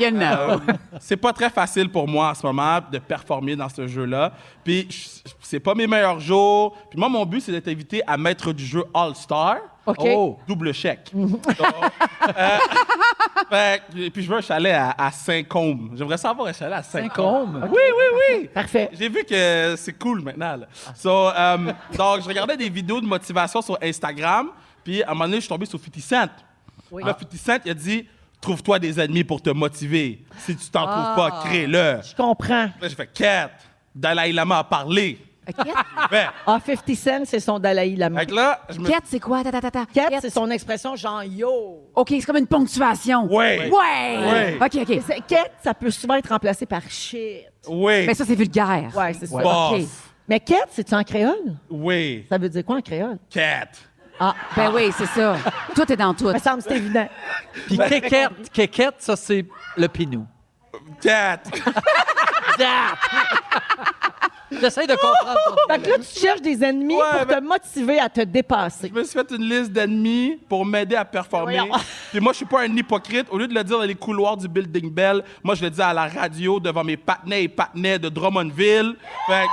Il y en a. Ah Euh, <laughs> c'est pas très facile pour moi en ce moment de performer dans ce jeu-là. Puis je- c'est pas mes meilleurs jours. Puis moi mon but c'est d'être invité à maître du jeu All-Star. OK. Oh, double chèque. Donc, euh, <laughs> fait que- et puis je veux un chalet à, à Saint-Côme. J'aimerais savoir un chalet à Saint-Côme. Comme. Oui, oui, oui. Parfait. J'ai vu que c'est cool maintenant. là. So, euh, donc, je regardais des vidéos de motivation sur Instagram, puis à un moment donné, je suis tombé sur 50 Cent. Là, 50 Cent, il a dit Trouve-toi des ennemis pour te motiver. Si tu t'en trouves Ah. pas, crée-le. Je comprends. Là, j'ai fait Quête, Dalai Lama a parlé. Euh, Fait, Ah, 50 Cent, c'est son Dalai Lama. fait que là, je me Quatre, c'est quoi? Ta, ta, ta, ta. Quatre, c'est son expression genre yo. OK, c'est comme une ponctuation. Ouais. Ouais. Ouais. OK, OK. C'est- Quatre, ça peut souvent être remplacé par shit. Oui, Mais ça, c'est vulgaire. Ouais, c'est ça. boss, OK. Mais quatre, c'est-tu en créole? oui, Ça veut dire quoi en créole? Quête. Ah, Ben oui, c'est ça. Tout est dans tout. me semble que c'est évident. Puis kékette, kékette, ça, c'est le pinou. Quête. J'essaie de comprendre. ton- Fait que là, tu cherches des ennemis Ouais, pour mais- te motiver à te dépasser. Je me suis fait une liste d'ennemis pour m'aider à performer. Voyons. <laughs> Puis moi, je suis pas un hypocrite. Au lieu de le dire dans les couloirs du Building Bell, moi, je le dis à la radio devant mes patinets et patinets de Drummondville. Fait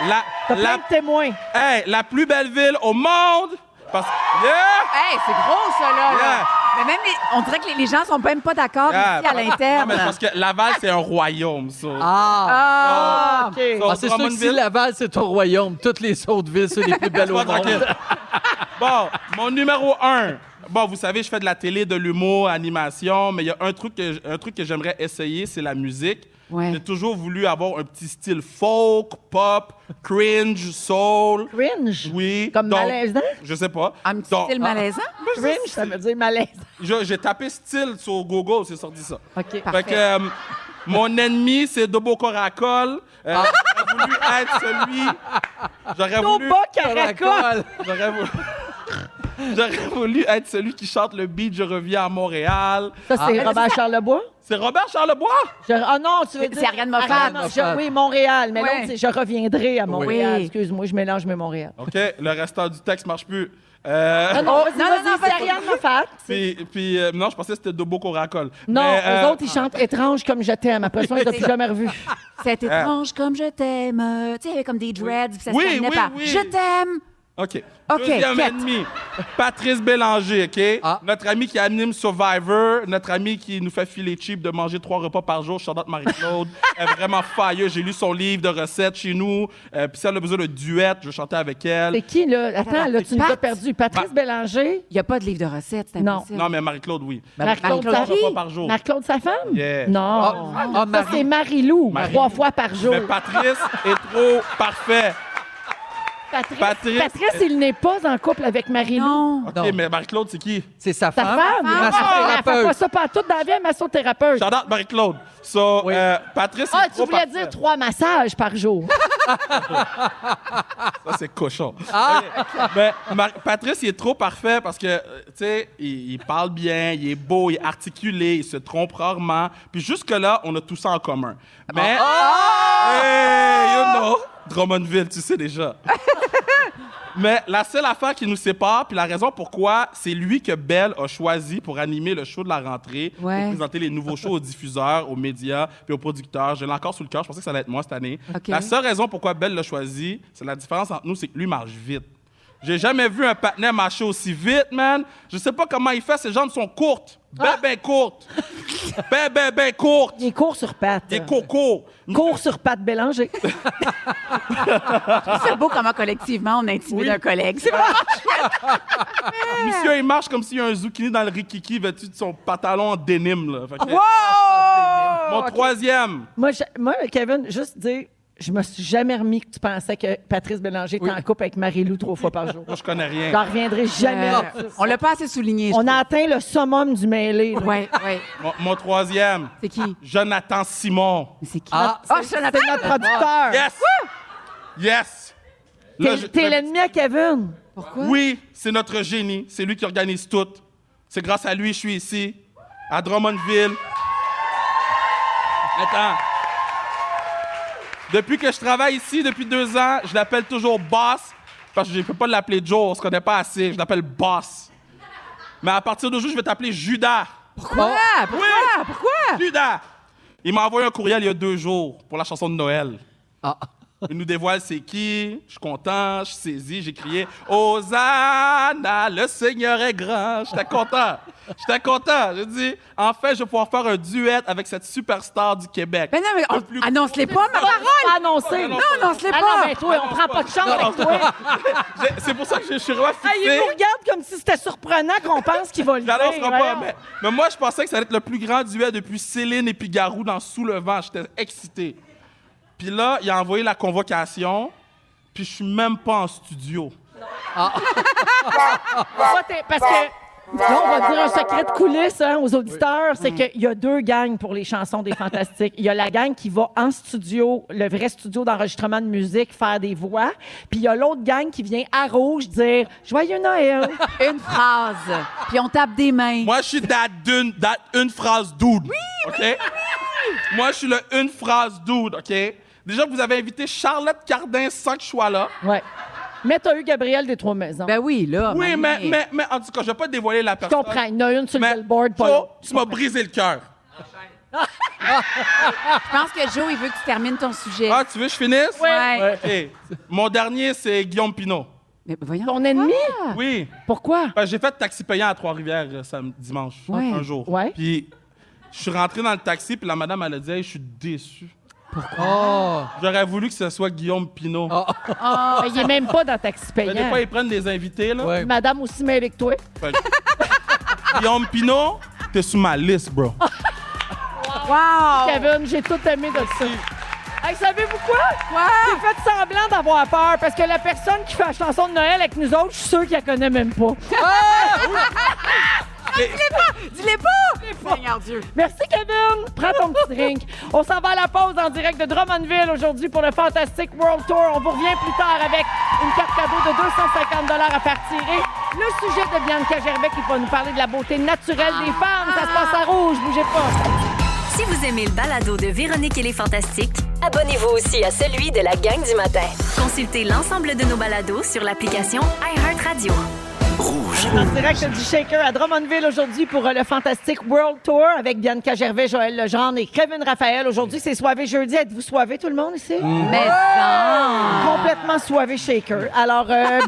que la, T'as la, plein de témoins. hey, la plus belle ville au monde! Parce que. Yeah! Hey, c'est gros, ça, là. là. Yeah. Mais même, les- on dirait que les, les gens sont même pas d'accord Yeah. Ah, ici à Ah, Non, l'interne. mais parce que Laval, c'est un royaume, ça. Ah! Ah! OK. So, Ah, c'est sûr que si Drummondville- Laval, c'est ton royaume, toutes les autres villes, c'est les plus <laughs> belles au Laisse-moi monde. tranquille. Bon, mon numéro un. Bon, vous savez, je fais de la télé, de l'humour, animation, mais il y a un truc que, j- un truc que j'aimerais essayer, c'est la musique. Ouais. J'ai toujours voulu avoir un petit style folk, pop, cringe, soul. Cringe. Oui. Comme donc- malaisant? Je sais pas. hein? Un petit Donc, ah, style malaisant. Cringe, ça veut dire malaise. je- J'ai tapé style sur Google, c'est sorti ça. OK. Parfait. Fait que euh, mon ennemi, c'est Dobo Coracol. Euh, Ah. J'aurais voulu être celui. J'aurais Au voulu. bas, Caracas. J'aurais voulu... J'aurais voulu être celui qui chante le beat Je reviens à Montréal. Ça, c'est Robert Charlebois. C'est Robert Charlebois? Je- Ah non, tu veux C'est- dire... c'est Ariane Moffat. Je- Oui, Montréal. Mais Ouais. l'autre, c'est je reviendrai à Montréal. Oui. Excuse-moi, je mélange mes Montréal. OK, le restant du texte marche plus. Euh, Ah Oh, non, vas-y, non, non, non, vas-y, c'est vas-y. Ariane Moffat. puis, puis, euh, non, je pensais que c'était Dobo qu'on racole. Non, Mais, eux euh, autres, ils chantent étrange comme je t'aime. Après ça, on les a plus jamais revus. C'est étrange comme je t'aime. Tu sais, il y avait comme des dreads, puis ça Oui, se terminait oui, par oui. Je t'aime. OK. OK, Deuxième quatre. ennemi, Patrice Bélanger, OK? Ah. Notre ami qui anime Survivor, notre ami qui nous fait filer cheap de manger trois repas par jour, <laughs> Charlotte Marie-Claude. elle est vraiment failleuse. J'ai lu son livre de recettes chez nous. Euh, Puis si elle a besoin de duet, je chantais avec elle. C'est qui, là? Attends, là, tu nous as Pat. perdu. Patrice Bélanger? Il n'y a pas de livre de recettes, c'est Non. impossible. Non, mais Marie-Claude, oui. Marc-Claude, Marc-Claude sa Trois fille? fois par jour. Marc-Claude, sa femme? Yeah. Non. Ah, ah, Ça, c'est Marie-Lou, Marie-Lou. trois fois par jour. Mais Patrice est trop parfait. Patrice. Patrice. Patrice, il n'est pas en couple avec Marie-Lou. Non. OK, Non. mais Marie-Claude, c'est qui? C'est sa Ta femme. femme? Ma Ah, elle fait pas thérapeute. ça pas dans la vie, elle est massothérapeute. Shout out Marie-Claude. So, Oui. euh, Patrice, Ah, il tu faut voulais partir. dire trois massages par jour. Ça, c'est cochon. Ah. <laughs> OK. Ben, Mar- Patrice, il est trop parfait parce que, euh, tu sais, il, il parle bien, il est beau, il est articulé, il se trompe rarement. Puis jusque-là, on a tout ça en commun. Mais. Ah! Hey, you know, Drummondville, tu <laughs> sais déjà. Mais la seule affaire qui nous sépare, puis la raison pourquoi, c'est lui que Belle a choisi pour animer le show de la rentrée, Ouais. pour présenter les nouveaux shows aux diffuseurs, aux médias, puis aux producteurs. Je l'ai encore sous le cœur, je pensais que ça allait être moi cette année. OK. La seule raison pourquoi Belle l'a choisi, c'est la différence entre nous, c'est que lui marche vite. J'ai jamais vu un patinet marcher aussi vite, man. Je sais pas comment il fait, ses jambes sont courtes. Ben, ben courtes. ben, ben, ben courtes. Il est court sur pattes. Des cocos. Court sur pattes Bélanger. C'est beau comment collectivement on intimide un collègue. C'est vrai. Monsieur, il marche comme s'il y a un zucchini dans le rikiki vêtu de son pantalon en dénime. Là. Fait que- Mon troisième. Moi, je- moi, Kevin, juste dire, je me suis jamais remis que tu pensais que Patrice Bélanger était en couple avec Marie-Lou trois fois par jour. Moi, je connais rien. J'en reviendrai jamais. Euh, là-dessus. on l'a pas assez souligné. On a atteint le summum du mêlé. là. Oui, oui. Mon, mon troisième. C'est qui? Jonathan Simon. C'est qui? Ah. oh, Jonathan! C'est notre producteur. Yes! Yes! T'es- Là, je- T'es je- l'ennemi à Kevin. Pourquoi? Oui, c'est notre génie. C'est lui qui organise tout. C'est grâce à lui que je suis ici, à Drummondville. Attends. Depuis que je travaille ici, depuis deux ans, je l'appelle toujours Boss, parce que je ne peux pas l'appeler Joe, on se connaît pas assez. Je l'appelle Boss. Mais à partir d'aujourd'hui, je vais t'appeler Judas. Pourquoi? Pourquoi? Oui. Pourquoi? Judas! Il m'a envoyé un courriel il y a deux jours pour la chanson de Noël. Ah. Il nous dévoile c'est qui. Je suis content, je suis saisi, j'ai crié Hosanna, le Seigneur est grand. J'étais content. J'étais content. J'ai dit enfin, je vais pouvoir faire un duet avec cette superstar du Québec. Ben non, mais Le plus- on- annonce-les pas, ma parole! Pas annoncé. Non, annonce-les Ah non, pas! mais toi, on prend pas de chance avec toi. J'ai- C'est pour ça que je, je suis vraiment Ah, il fixé. nous regarde comme si c'était surprenant qu'on pense qu'il va le Je dire. l'annoncerai pas. Ben, Voyons. Mais, mais moi, je pensais que ça allait être le plus grand duet depuis Céline et puis Garou dans Sous le vent. J'étais excité. Puis là, il a envoyé la convocation, puis je suis même pas en studio. Toi, t'es- Parce que là, on va dire un secret de coulisses hein, aux auditeurs, c'est qu'il y a deux gangs pour les chansons des Fantastiques. Il y a la gang qui va en studio, le vrai studio d'enregistrement de musique, faire des voix. Puis il y a l'autre gang qui vient à rouge dire « Joyeux Noël Une phrase, puis on tape des mains. Moi, je suis that d'une, that une phrase dude. OK? Moi, je suis le une phrase dude, OK? Déjà, vous avez invité Charlotte Cardin sans que je sois là. ». Ouais. Mais t'as eu Gabriel des Trois-Maisons. Ben oui, là. Oui, Marie. mais, mais, mais en tout cas, je vais pas dévoiler la je personne. comprends. Il y en a une sur le Mais, billboard, pas Joe, l'autre. tu m'as brisé le cœur. Je pense que Joe, il veut que tu termines ton sujet. Ah, tu veux que je finisse? Ouais. OK. Mon dernier, c'est Guillaume Pinot. Mais voyons. Ton ennemi? Oui. Pourquoi? Ben, j'ai fait taxi payant à Trois-Rivières euh, sam- dimanche, Ouais. un jour. Ouais. Puis je suis rentré dans le taxi, puis la madame, elle a dit Hey, je suis déçu. Ah! Oh. J'aurais voulu que ce soit Guillaume Pinot. Ben, il est même pas dans Taxi Mais payant. des fois, ils prennent des invités, là. Ouais. Madame aussi mêlée que toi. Fait que- <laughs> Guillaume Pinot, t'es sur ma liste, bro. Wow! Kevin, j'ai tout aimé de ça. Hey, savez-vous quoi? Quoi? J'ai fait semblant d'avoir peur parce que la personne qui fait la chanson de Noël avec nous autres, je suis sûre qu'elle connaît même pas. <laughs> Ah, Dis-les pas! Ah! Dis-les pas! Seigneur Dieu. Merci, Kevin. Prends ton petit drink. On s'en va à la pause en direct de Drummondville aujourd'hui pour le Fantastic World Tour. On vous revient plus tard avec une carte cadeau de 250 à faire tirer. Le sujet de Bianca Gervais qui va nous parler de la beauté naturelle des femmes. Ça se passe à rouge, bougez pas. Si vous aimez le balado de Véronique et les Fantastiques, Abonnez-vous aussi à celui de la gang du matin. consultez l'ensemble de nos balados sur l'application iHeartRadio. Rouge. En direct du Shaker à Drummondville aujourd'hui pour euh, le Fantastic World Tour avec Bianca Gervais, Joël Legendre et Kevin Raphaël. Aujourd'hui, c'est soivé jeudi. Êtes-vous soivé tout le monde ici? Mais non! Complètement soivé shaker. Alors, euh,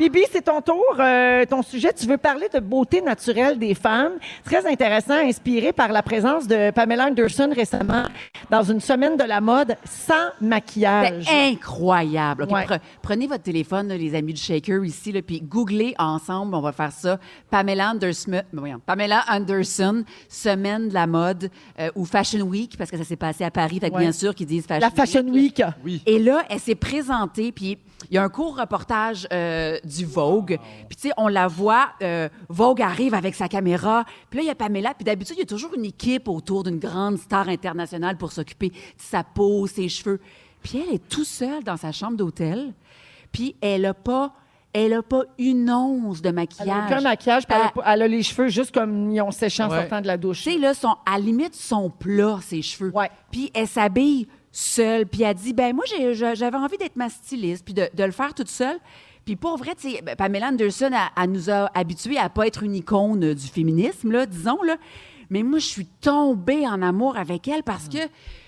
Bibi, c'est ton tour, euh, ton sujet. Tu veux parler de beauté naturelle des femmes. Très intéressant, inspiré par la présence de Pamela Anderson récemment dans une semaine de la mode sans maquillage. Ben, C'est incroyable. OK, Ouais. pre- prenez votre téléphone, là, les amis du Shaker, ici, là, puis googlez ensemble septembre, on va faire ça. Pamela Anderson, ben voyons, Pamela Anderson, semaine de la mode euh, ou Fashion Week, parce que ça s'est passé à Paris. Fait que Ouais. bien sûr qu'ils disent Fashion La Fashion Week. hein. Oui. et là, elle s'est présentée, puis il y a un court reportage euh, du Vogue. Puis tu sais, on la voit, euh, Vogue arrive avec sa caméra, puis là, il y a Pamela, puis d'habitude, il y a toujours une équipe autour d'une grande star internationale pour s'occuper de sa peau, ses cheveux. Puis elle est tout seule dans sa chambre d'hôtel, puis elle a pas... Elle a pas une once de maquillage. Elle a aucun maquillage, puis elle a Elle- pas- elle a les cheveux juste comme ils ont séché en Euh, Ouais. sortant de la douche. tu sais, là, son, à la limite, son plat, ses cheveux. Ouais. Puis elle s'habille seule, puis elle dit, ben moi, j'ai- j'a- j'avais envie d'être ma styliste, puis de, de le faire toute seule. Puis pour vrai, tu sais, ben, Pamela Anderson, elle, elle nous a habitués à pas être une icône euh, du féminisme, là, disons, là. Mais moi, je suis tombée en amour avec elle parce que,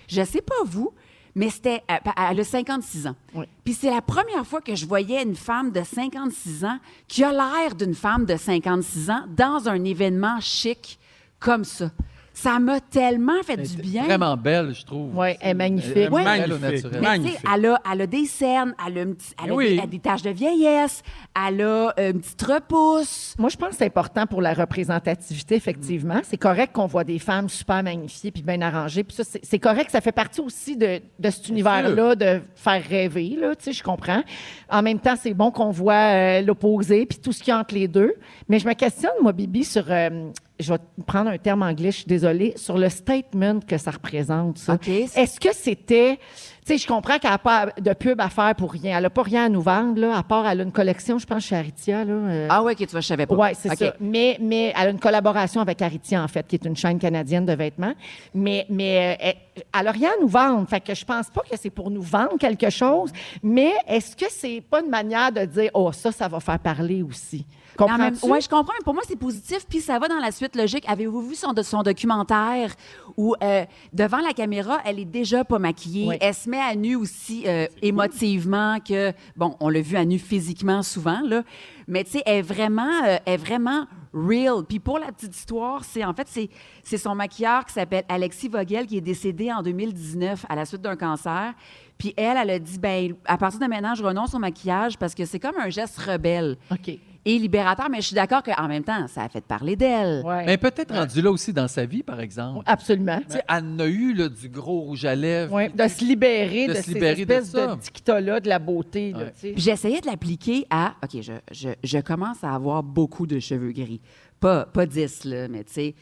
je sais pas vous, mais c'était. Elle, elle a 56 ans. Oui. Puis c'est la première fois que je voyais une femme de 56 ans qui a l'air d'une femme de 56 ans dans un événement chic comme ça. Ça m'a tellement fait du bien. Vraiment belle, je trouve. Ouais, elle est magnifique. Elle est Ouais. belle au Magnifique. naturel. Mais tu sais, Magnifique. elle a, elle a des cernes, elle a, un petit- elle a Oui. des, elle a des taches de vieillesse, elle a euh, une petite repousse. Moi, je pense que c'est important pour la représentativité, effectivement. C'est correct qu'on voit des femmes super magnifiées puis bien arrangées. Puis ça, c'est c'est correct. Ça fait partie aussi de, de cet univers-là, de faire rêver, là. Tu sais, je comprends. En même temps, c'est bon qu'on voit euh, l'opposé puis tout ce qu'il y a entre les deux. Mais je me questionne, moi, Bibi, sur... euh, je vais prendre un terme anglais, je suis désolée, sur le statement que ça représente, ça. OK. Est-ce que c'était... Tu sais, je comprends qu'elle n'a pas de pub à faire pour rien. Elle n'a pas rien à nous vendre, là, à part elle a une collection, je pense, chez Aritzia, là. euh, Ah ouais, que tu vois, je savais pas. oui, c'est OK. ça. Mais, mais elle a une collaboration avec Aritzia, en fait, qui est une chaîne canadienne de vêtements. Mais, mais euh, elle- elle n'a rien à nous vendre. Fait que je pense pas que c'est pour nous vendre quelque chose. Mais est-ce que c'est pas une manière de dire, oh, ça, ça va faire parler aussi? Mais en même- Comprends-tu? ouais, je comprends, mais pour moi, c'est positif, puis ça va dans la suite logique. Avez-vous vu son, do- son documentaire où, euh, devant la caméra, elle est déjà pas maquillée. Oui. Elle se met à nu aussi euh, émotivement que, bon, on l'a vu à nu physiquement souvent, là, mais tu sais, elle est vraiment, euh, elle est vraiment real. Puis pour la petite histoire, c'est en fait, c'est, c'est son maquilleur qui s'appelle Alexis Vogel qui est décédé en 2019 à la suite d'un cancer. Puis elle, elle a dit, ben, à partir de maintenant, je renonce au maquillage parce que c'est comme un geste rebelle OK. et libérateur, mais je suis d'accord qu'en même temps, ça a fait parler d'elle. Ouais. Mais peut-être rendu là aussi dans sa vie, par exemple. Absolument. Tu sais, Elle en a eu là, du gros rouge à lèvres. Ouais, de se libérer de, De se ces libérer de espèces de, ça. dictats-là, de la beauté. là, Ouais. tu sais. Puis J'essayais de l'appliquer à. OK, je, je, je commence à avoir beaucoup de cheveux gris. Pas, pas 10, là, mais <laughs> tu sais.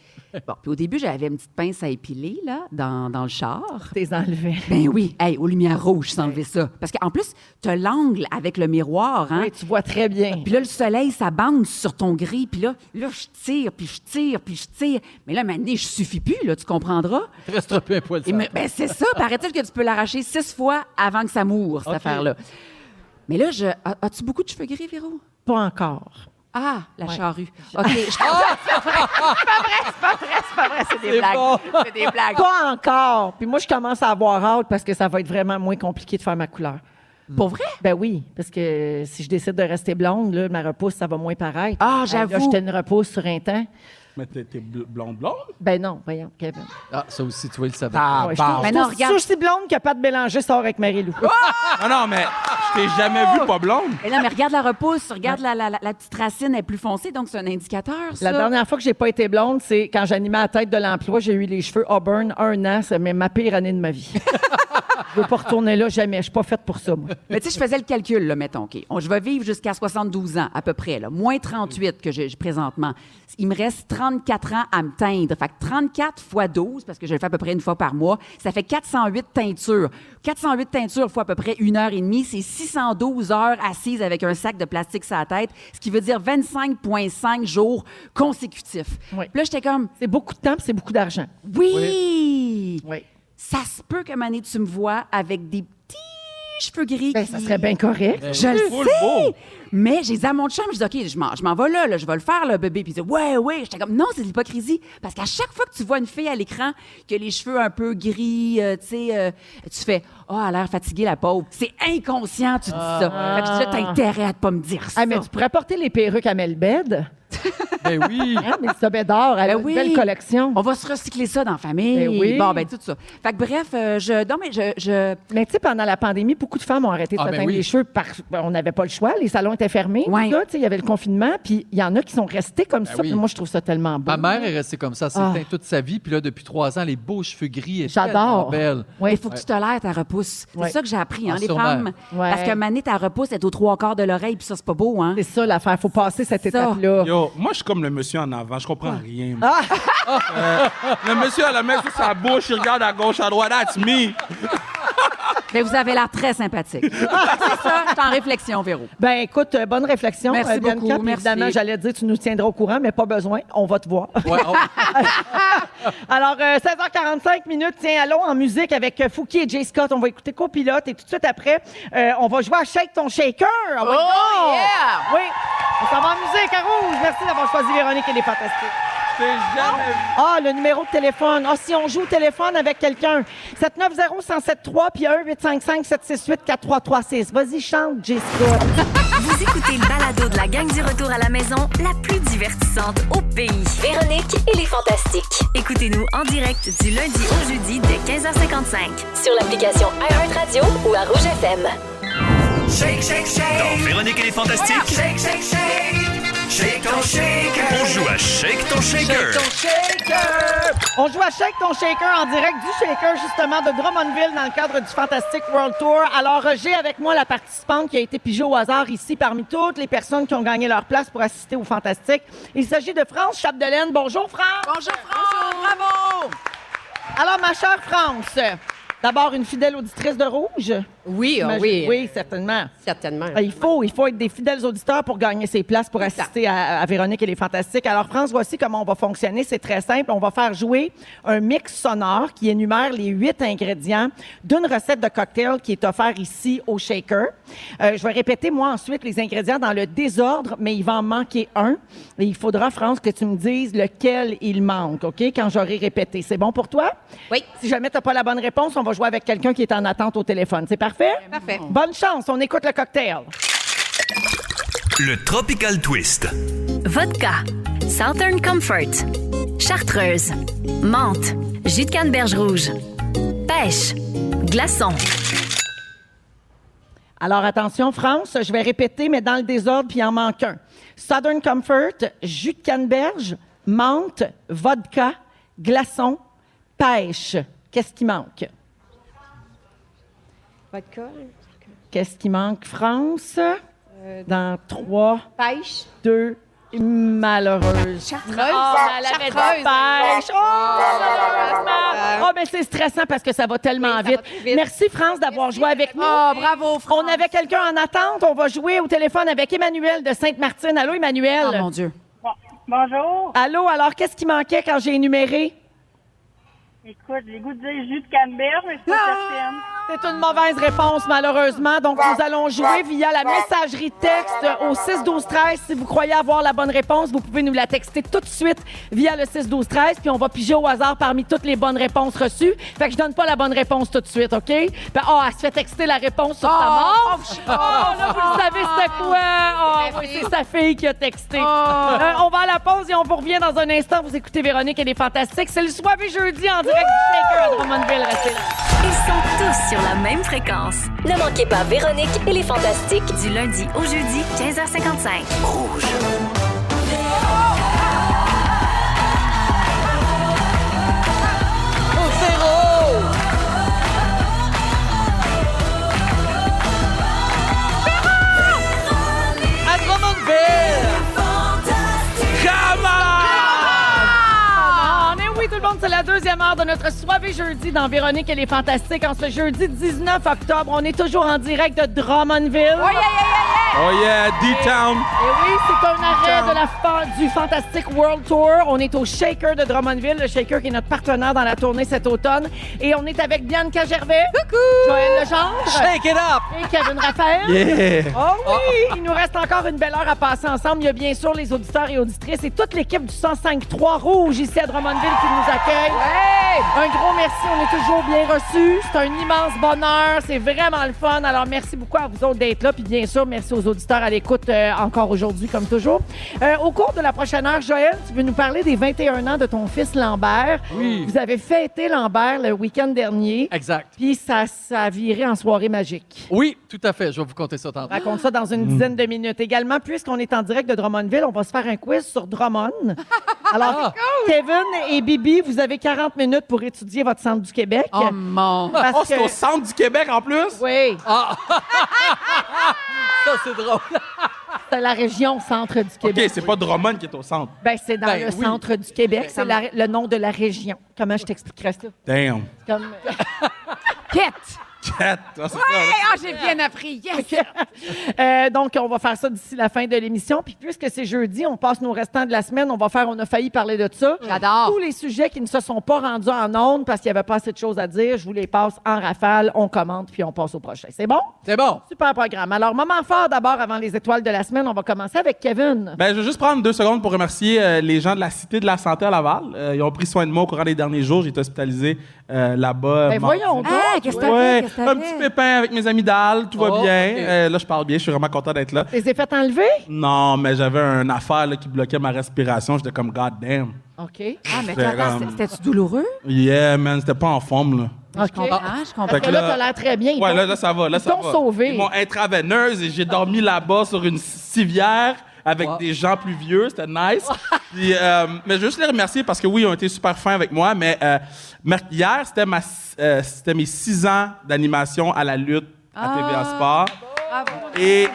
Bon, puis au début, j'avais une petite pince à épiler, là, dans, dans le char. T'es enlevé. Ben oui, hey, aux lumières rouges, s'enlever ça. Parce qu'en plus, t'as l'angle avec le miroir, hein? Oui, tu vois très bien. Puis là, le soleil, ça bande sur ton gris. Puis là, là, je tire, puis je tire, puis je tire. Mais là, maintenant, je suffis plus, là, tu comprendras. Il te reste un peu un poil Et sale. me- ben, c'est ça. Paraît-il que tu peux l'arracher six fois avant que ça moure, cette affaire-là. Mais là, je... a- as-tu beaucoup de cheveux gris, Véro? Pas encore. Ah, la charrue. OK. <laughs> je- c'est des blagues. C'est des blagues. Pas encore. Puis moi, je commence à avoir hâte parce que ça va être vraiment moins compliqué de faire ma couleur. Pour vrai? Ben oui, parce que si je décide de rester blonde, là, ma repousse, ça va moins paraître. Hey, Ah, Là, j'avoue. j'étais une repousse sur un temps. Mais t'es t'es bl- blonde, blonde? Ben non, voyons, Kevin. Ah, ça aussi, tu vois, il savait. Ah, Ouais, je bah. trouve- Mais je Ben non, trouve- regarde. Oh, Je suis aussi blonde que Pat Bélanger sort avec Marie-Lou. Ah non, mais je t'ai jamais vu pas blonde. Mais non, mais regarde la repousse. Regarde la, la- la- la petite racine, elle est plus foncée, donc c'est un indicateur, ça. La dernière fois que j'ai pas été blonde, c'est quand j'animais la tête de l'emploi, j'ai eu les cheveux auburn un an, c'est mais ma pire année de ma <laughs> vie. je veux pas retourner là jamais, je suis pas faite pour ça moi. Mais tu sais, je faisais le calcul, là, mettons, OK. On- je vais vivre jusqu'à 72 ans, à peu près, là. Moins 38 que j'ai j'ai présentement. Il me reste 34 ans à me teindre. Fait que 34 fois 12, parce que je le fais à peu près une fois par mois, ça fait 408 teintures. 408 teintures fois à peu près une heure et demie, c'est 612 heures assises avec un sac de plastique sur la tête, ce qui veut dire 25,5 jours consécutifs. Oui. Puis là, j'étais comme, C'est beaucoup de temps, puis c'est beaucoup d'argent. oui! Oui. Ça se peut que Mané, tu me vois avec des petits cheveux gris. Ben, ça qui- serait bien correct. je le Full beau. sais! Mais j'ai dit à mon chum, je dis, OK, je m'en, je m'en vais là, là, je vais le faire, le bébé. Puis il dit, ouais, ouais. J'étais comme, non, c'est de l'hypocrisie. Parce qu'à chaque fois que tu vois une fille à l'écran qui a les cheveux un peu gris, euh, tu sais, euh, tu fais, oh, elle a l'air fatiguée, la pauvre. C'est Ah. inconscient, tu dis ça. Fait que je dis, là, t'as intérêt à ne pas me dire ça. Ah, mais tu pourrais porter les perruques à Melbed. Ben oui. <laughs> Ah, mais c'est Bédard, elle a Ben oui. une belle collection. On va se recycler ça dans la famille. Ben oui. Bon, ben tout ça. Fait que bref, euh, je. Non, mais je. je- Mais tu sais, pendant la pandémie, beaucoup de femmes ont arrêté de Ah, se ben teindre oui. les cheveux parce qu'on n'avait pas le choix. Les salons étaient fermés. Ouais. Ben tout ça, tu sais, il y avait le confinement. Puis il y en a qui sont restés comme ça. oui. Puis moi, je trouve ça tellement Ah, beau. Ma mère est restée comme ça, elle s'est Ah. teinte toute sa vie. Puis là, depuis trois ans, les beaux cheveux gris et J'adore. belle. Ouais. Il faut que tu tolères ta repousse. C'est Ouais. ça que j'ai appris, hein, Ah, les sûrement. femmes. Ouais. Parce que mané ta repousse est aux trois quarts de l'oreille, puis ça, c'est pas beau, hein? C'est ça l'affaire. faut passer cette Ça. étape-là. Yo, moi, je suis comme le monsieur en avant. Je comprends rien. moi. Euh, le monsieur, elle le met sur sa bouche, il regarde à gauche, à droite. That's me. Mais vous avez l'air très sympathique. c'est ça, je suis en réflexion, Véro. Ben écoute, euh, bonne réflexion. Merci euh, Bianca. beaucoup, Puis merci. Évidemment, j'allais dire, tu nous tiendras au courant, mais pas besoin. On va te voir. Ouais, oh, on- Alors, euh, 16h45 minutes, tiens, allons en musique avec euh, Fouki et Jay Scott. On va écouter Copilote et tout de suite après, euh, on va jouer à Shake ton Shaker. Ah oui, non! Oui, on s'en va en musique à Rouge. Merci d'avoir choisi Véronique, elle est fantastique. T'es jamais Ah, le numéro de téléphone. Ah, si on joue au téléphone avec quelqu'un. 790-1073 puis 1-855-768-4336. Vas-y, chante, Jay Scott. Vous écoutez le balado de la gang du retour à la maison, la plus divertissante au pays. Véronique et les Fantastiques. Écoutez-nous en direct du lundi au jeudi dès 15h55. Sur l'application iHeartRadio ou à Rouge FM. Shake, shake, shake. Véronique et les Fantastiques, Shake, shake, shake. Shake ton shaker. on joue à Shake ton Shaker. On joue à Shake ton Shaker en direct du Shaker, justement, de Drummondville dans le cadre du Fantastic World Tour. Alors, euh, j'ai avec moi la participante qui a été pigée au hasard ici parmi toutes les personnes qui ont gagné leur place pour assister au Fantastique. Il s'agit de France Chapdelaine. Bonjour, France. Bonjour, François, bravo! Alors, ma chère France, euh, d'abord, une fidèle auditrice de Rouge. Oui, ah Imagine- oui, Oui, certainement. certainement. Ah, Il faut, il faut être des fidèles auditeurs pour gagner ses places pour assister à, à Véronique et les Fantastiques. Alors, France, voici comment on va fonctionner. C'est très simple. On va faire jouer un mix sonore qui énumère les huit ingrédients d'une recette de cocktail qui est offerte ici au Shaker. Euh, je vais répéter, moi, ensuite, les ingrédients dans le désordre, mais il va en manquer un. Et il faudra, France, que tu me dises lequel il manque, OK, quand j'aurai répété. C'est bon pour toi? Oui. Si jamais tu n'as pas la bonne réponse, on va jouer avec quelqu'un qui est en attente au téléphone. C'est parfait? Parfait. Bonne chance. On écoute le cocktail. Le Tropical Twist, Vodka, Southern Comfort, Chartreuse, menthe, jus de canneberge rouge, pêche, glaçon. Alors attention, France, je vais répéter, mais dans le désordre, puis il en manque un. Southern Comfort, jus de canneberge, menthe, vodka, glaçon, pêche. Qu'est-ce qui manque? Vodka, Qu'est-ce qui manque, France? euh, Dans 3, pêche. 2, malheureuse. Ah, la Pêche! Oh, Ah, malheureusement! Oh, mais c'est stressant parce que ça va tellement Oui, ça vite. va vite. Ah, Merci, France, d'avoir joué avec nous. Oh, bravo, François. On avait quelqu'un en attente. On va jouer au téléphone avec Emmanuel de Sainte-Martine. Allô, Emmanuel? Oh mon Dieu. Bon- Bonjour. Allô, alors qu'est-ce qui manquait quand j'ai énuméré? Écoute, j'ai le goût de dire jus de canneberge, mais je suis pas Ah! certaine. C'est une mauvaise réponse, malheureusement. Donc, nous allons jouer via la messagerie texte au 6-12-13. Si vous croyez avoir la bonne réponse, vous pouvez nous la texter tout de suite via le 6-12-13. Puis, on va piger au hasard parmi toutes les bonnes réponses reçues. Fait que je donne pas la bonne réponse tout de suite, OK? Fait- Ah, elle se fait texter la réponse sur sa mort. Oh, là, vous le savez, c'était quoi? Ah, oui, c'est sa fille qui a texté. Euh, on va à la pause et on vous revient dans un instant. Vous écoutez Véronique, elle est fantastique. C'est le soir et jeudi en direct du Shaker à Drummondville. Restez là. Ils sont tous sur la même fréquence. Ne manquez pas Véronique et les Fantastiques. Du lundi au jeudi, 15h55. Ah, mais oui, tout le monde, c'est la deuxième heure de notre soirée jeudi dans Véronique et les Fantastiques. En ce jeudi 19 octobre, on est toujours en direct de Drummondville. Oh yeah, D-Town. Et oui, c'est un arrêt de la fa- du Fantastic World Tour. On est au Shaker de Drummondville, le Shaker qui est notre partenaire dans la tournée cet automne. Et on est avec Bianca Gervais. Coucou! Joël Legendre. Shake it up! Et Kevin Raphaël. Yeah. Oh oui! Il nous reste encore une belle heure à passer ensemble. Il y a bien sûr les auditeurs et auditrices et toute l'équipe du 105-3 Rouge ici à Drummondville qui nous accueille. accueil. Un gros merci, on est toujours bien reçus. C'est un immense bonheur, c'est vraiment le fun. Alors, merci beaucoup à vous autres d'être là. Puis bien sûr, merci aux auditeurs à l'écoute euh, encore aujourd'hui, comme toujours. Euh, au cours de la prochaine heure, Joël, tu veux nous parler des 21 ans de ton fils Lambert. Oui. Vous avez fêté Lambert le week-end dernier. Exact. Puis ça, ça a viré en soirée magique. Oui, tout à fait. Je vais vous compter ça tantôt. Raconte ça dans une dizaine de minutes. Également, puisqu'on est en direct de Drummondville, on va se faire un quiz sur Drummond. Alors, Kevin et Bibi, vous avez 40 minutes pour étudier votre centre du Québec. Oh mon. Parce Oh, c'est que- au centre du Québec en plus? Oui, Ça, c'est drôle. c'est la région centre du OK, Québec. c'est pas Drummond qui est au centre. Ben, c'est dans Ben le oui. centre du Québec. C'est la- le nom de la région. Comment je t'expliquerais ça? Damn. C'est Comme... Quête! Quatre. Ah, c'est Hey, ça. ah, j'ai bien appris. Yes! Euh, donc, on va faire ça d'ici la fin de l'émission. Puis, puisque c'est jeudi, on passe nos restants de la semaine. On va faire On a failli parler de ça. J'adore. Tous les sujets qui ne se sont pas rendus en ondes parce qu'il n'y avait pas assez de choses à dire, je vous les passe en rafale. On commente, puis on passe au prochain. C'est bon? C'est bon. Super programme. Alors, moment fort d'abord avant les étoiles de la semaine. On va commencer avec Kevin. Ben, je vais juste prendre deux secondes pour remercier euh, les gens de la Cité de la Santé à Laval. Euh, ils ont pris soin de moi au courant des derniers jours. J'ai été hospitalisé euh, là-bas. Ben, mardi. voyons donc. Hey, qu'est-ce que t'as fait? Ouais, Qu'est-ce que t'as un petit fait? pépin avec mes amis d'Al, tout va Oh, bien. ok. Euh, là, je parle bien, je suis vraiment content d'être là. Les effets enlevés? Non, mais j'avais une affaire là, qui bloquait ma respiration. J'étais comme, God damn. OK. Ah, mais C'est attends, comme- c'était- c'était-tu douloureux? Yeah, man, c'était pas en forme, là. OK. Ah, je comprends. Parce que Fait que là, là- t'as l'air très bien. Ils Ouais, t'ont- là, là, ça va. Là, ils ça t'ont va. sauvé. Ils m'ont intraveineuse et j'ai dormi là-bas sur une civière avec Wow. des gens plus vieux. C'était nice. <laughs> Puis, euh, mais je veux juste les remercier parce que oui, ils ont été super fins avec moi. Mais euh, mer- hier, c'était ma- euh, c'était mes six ans d'animation à la lutte à Ah. TVA Sport. Bravo. Et,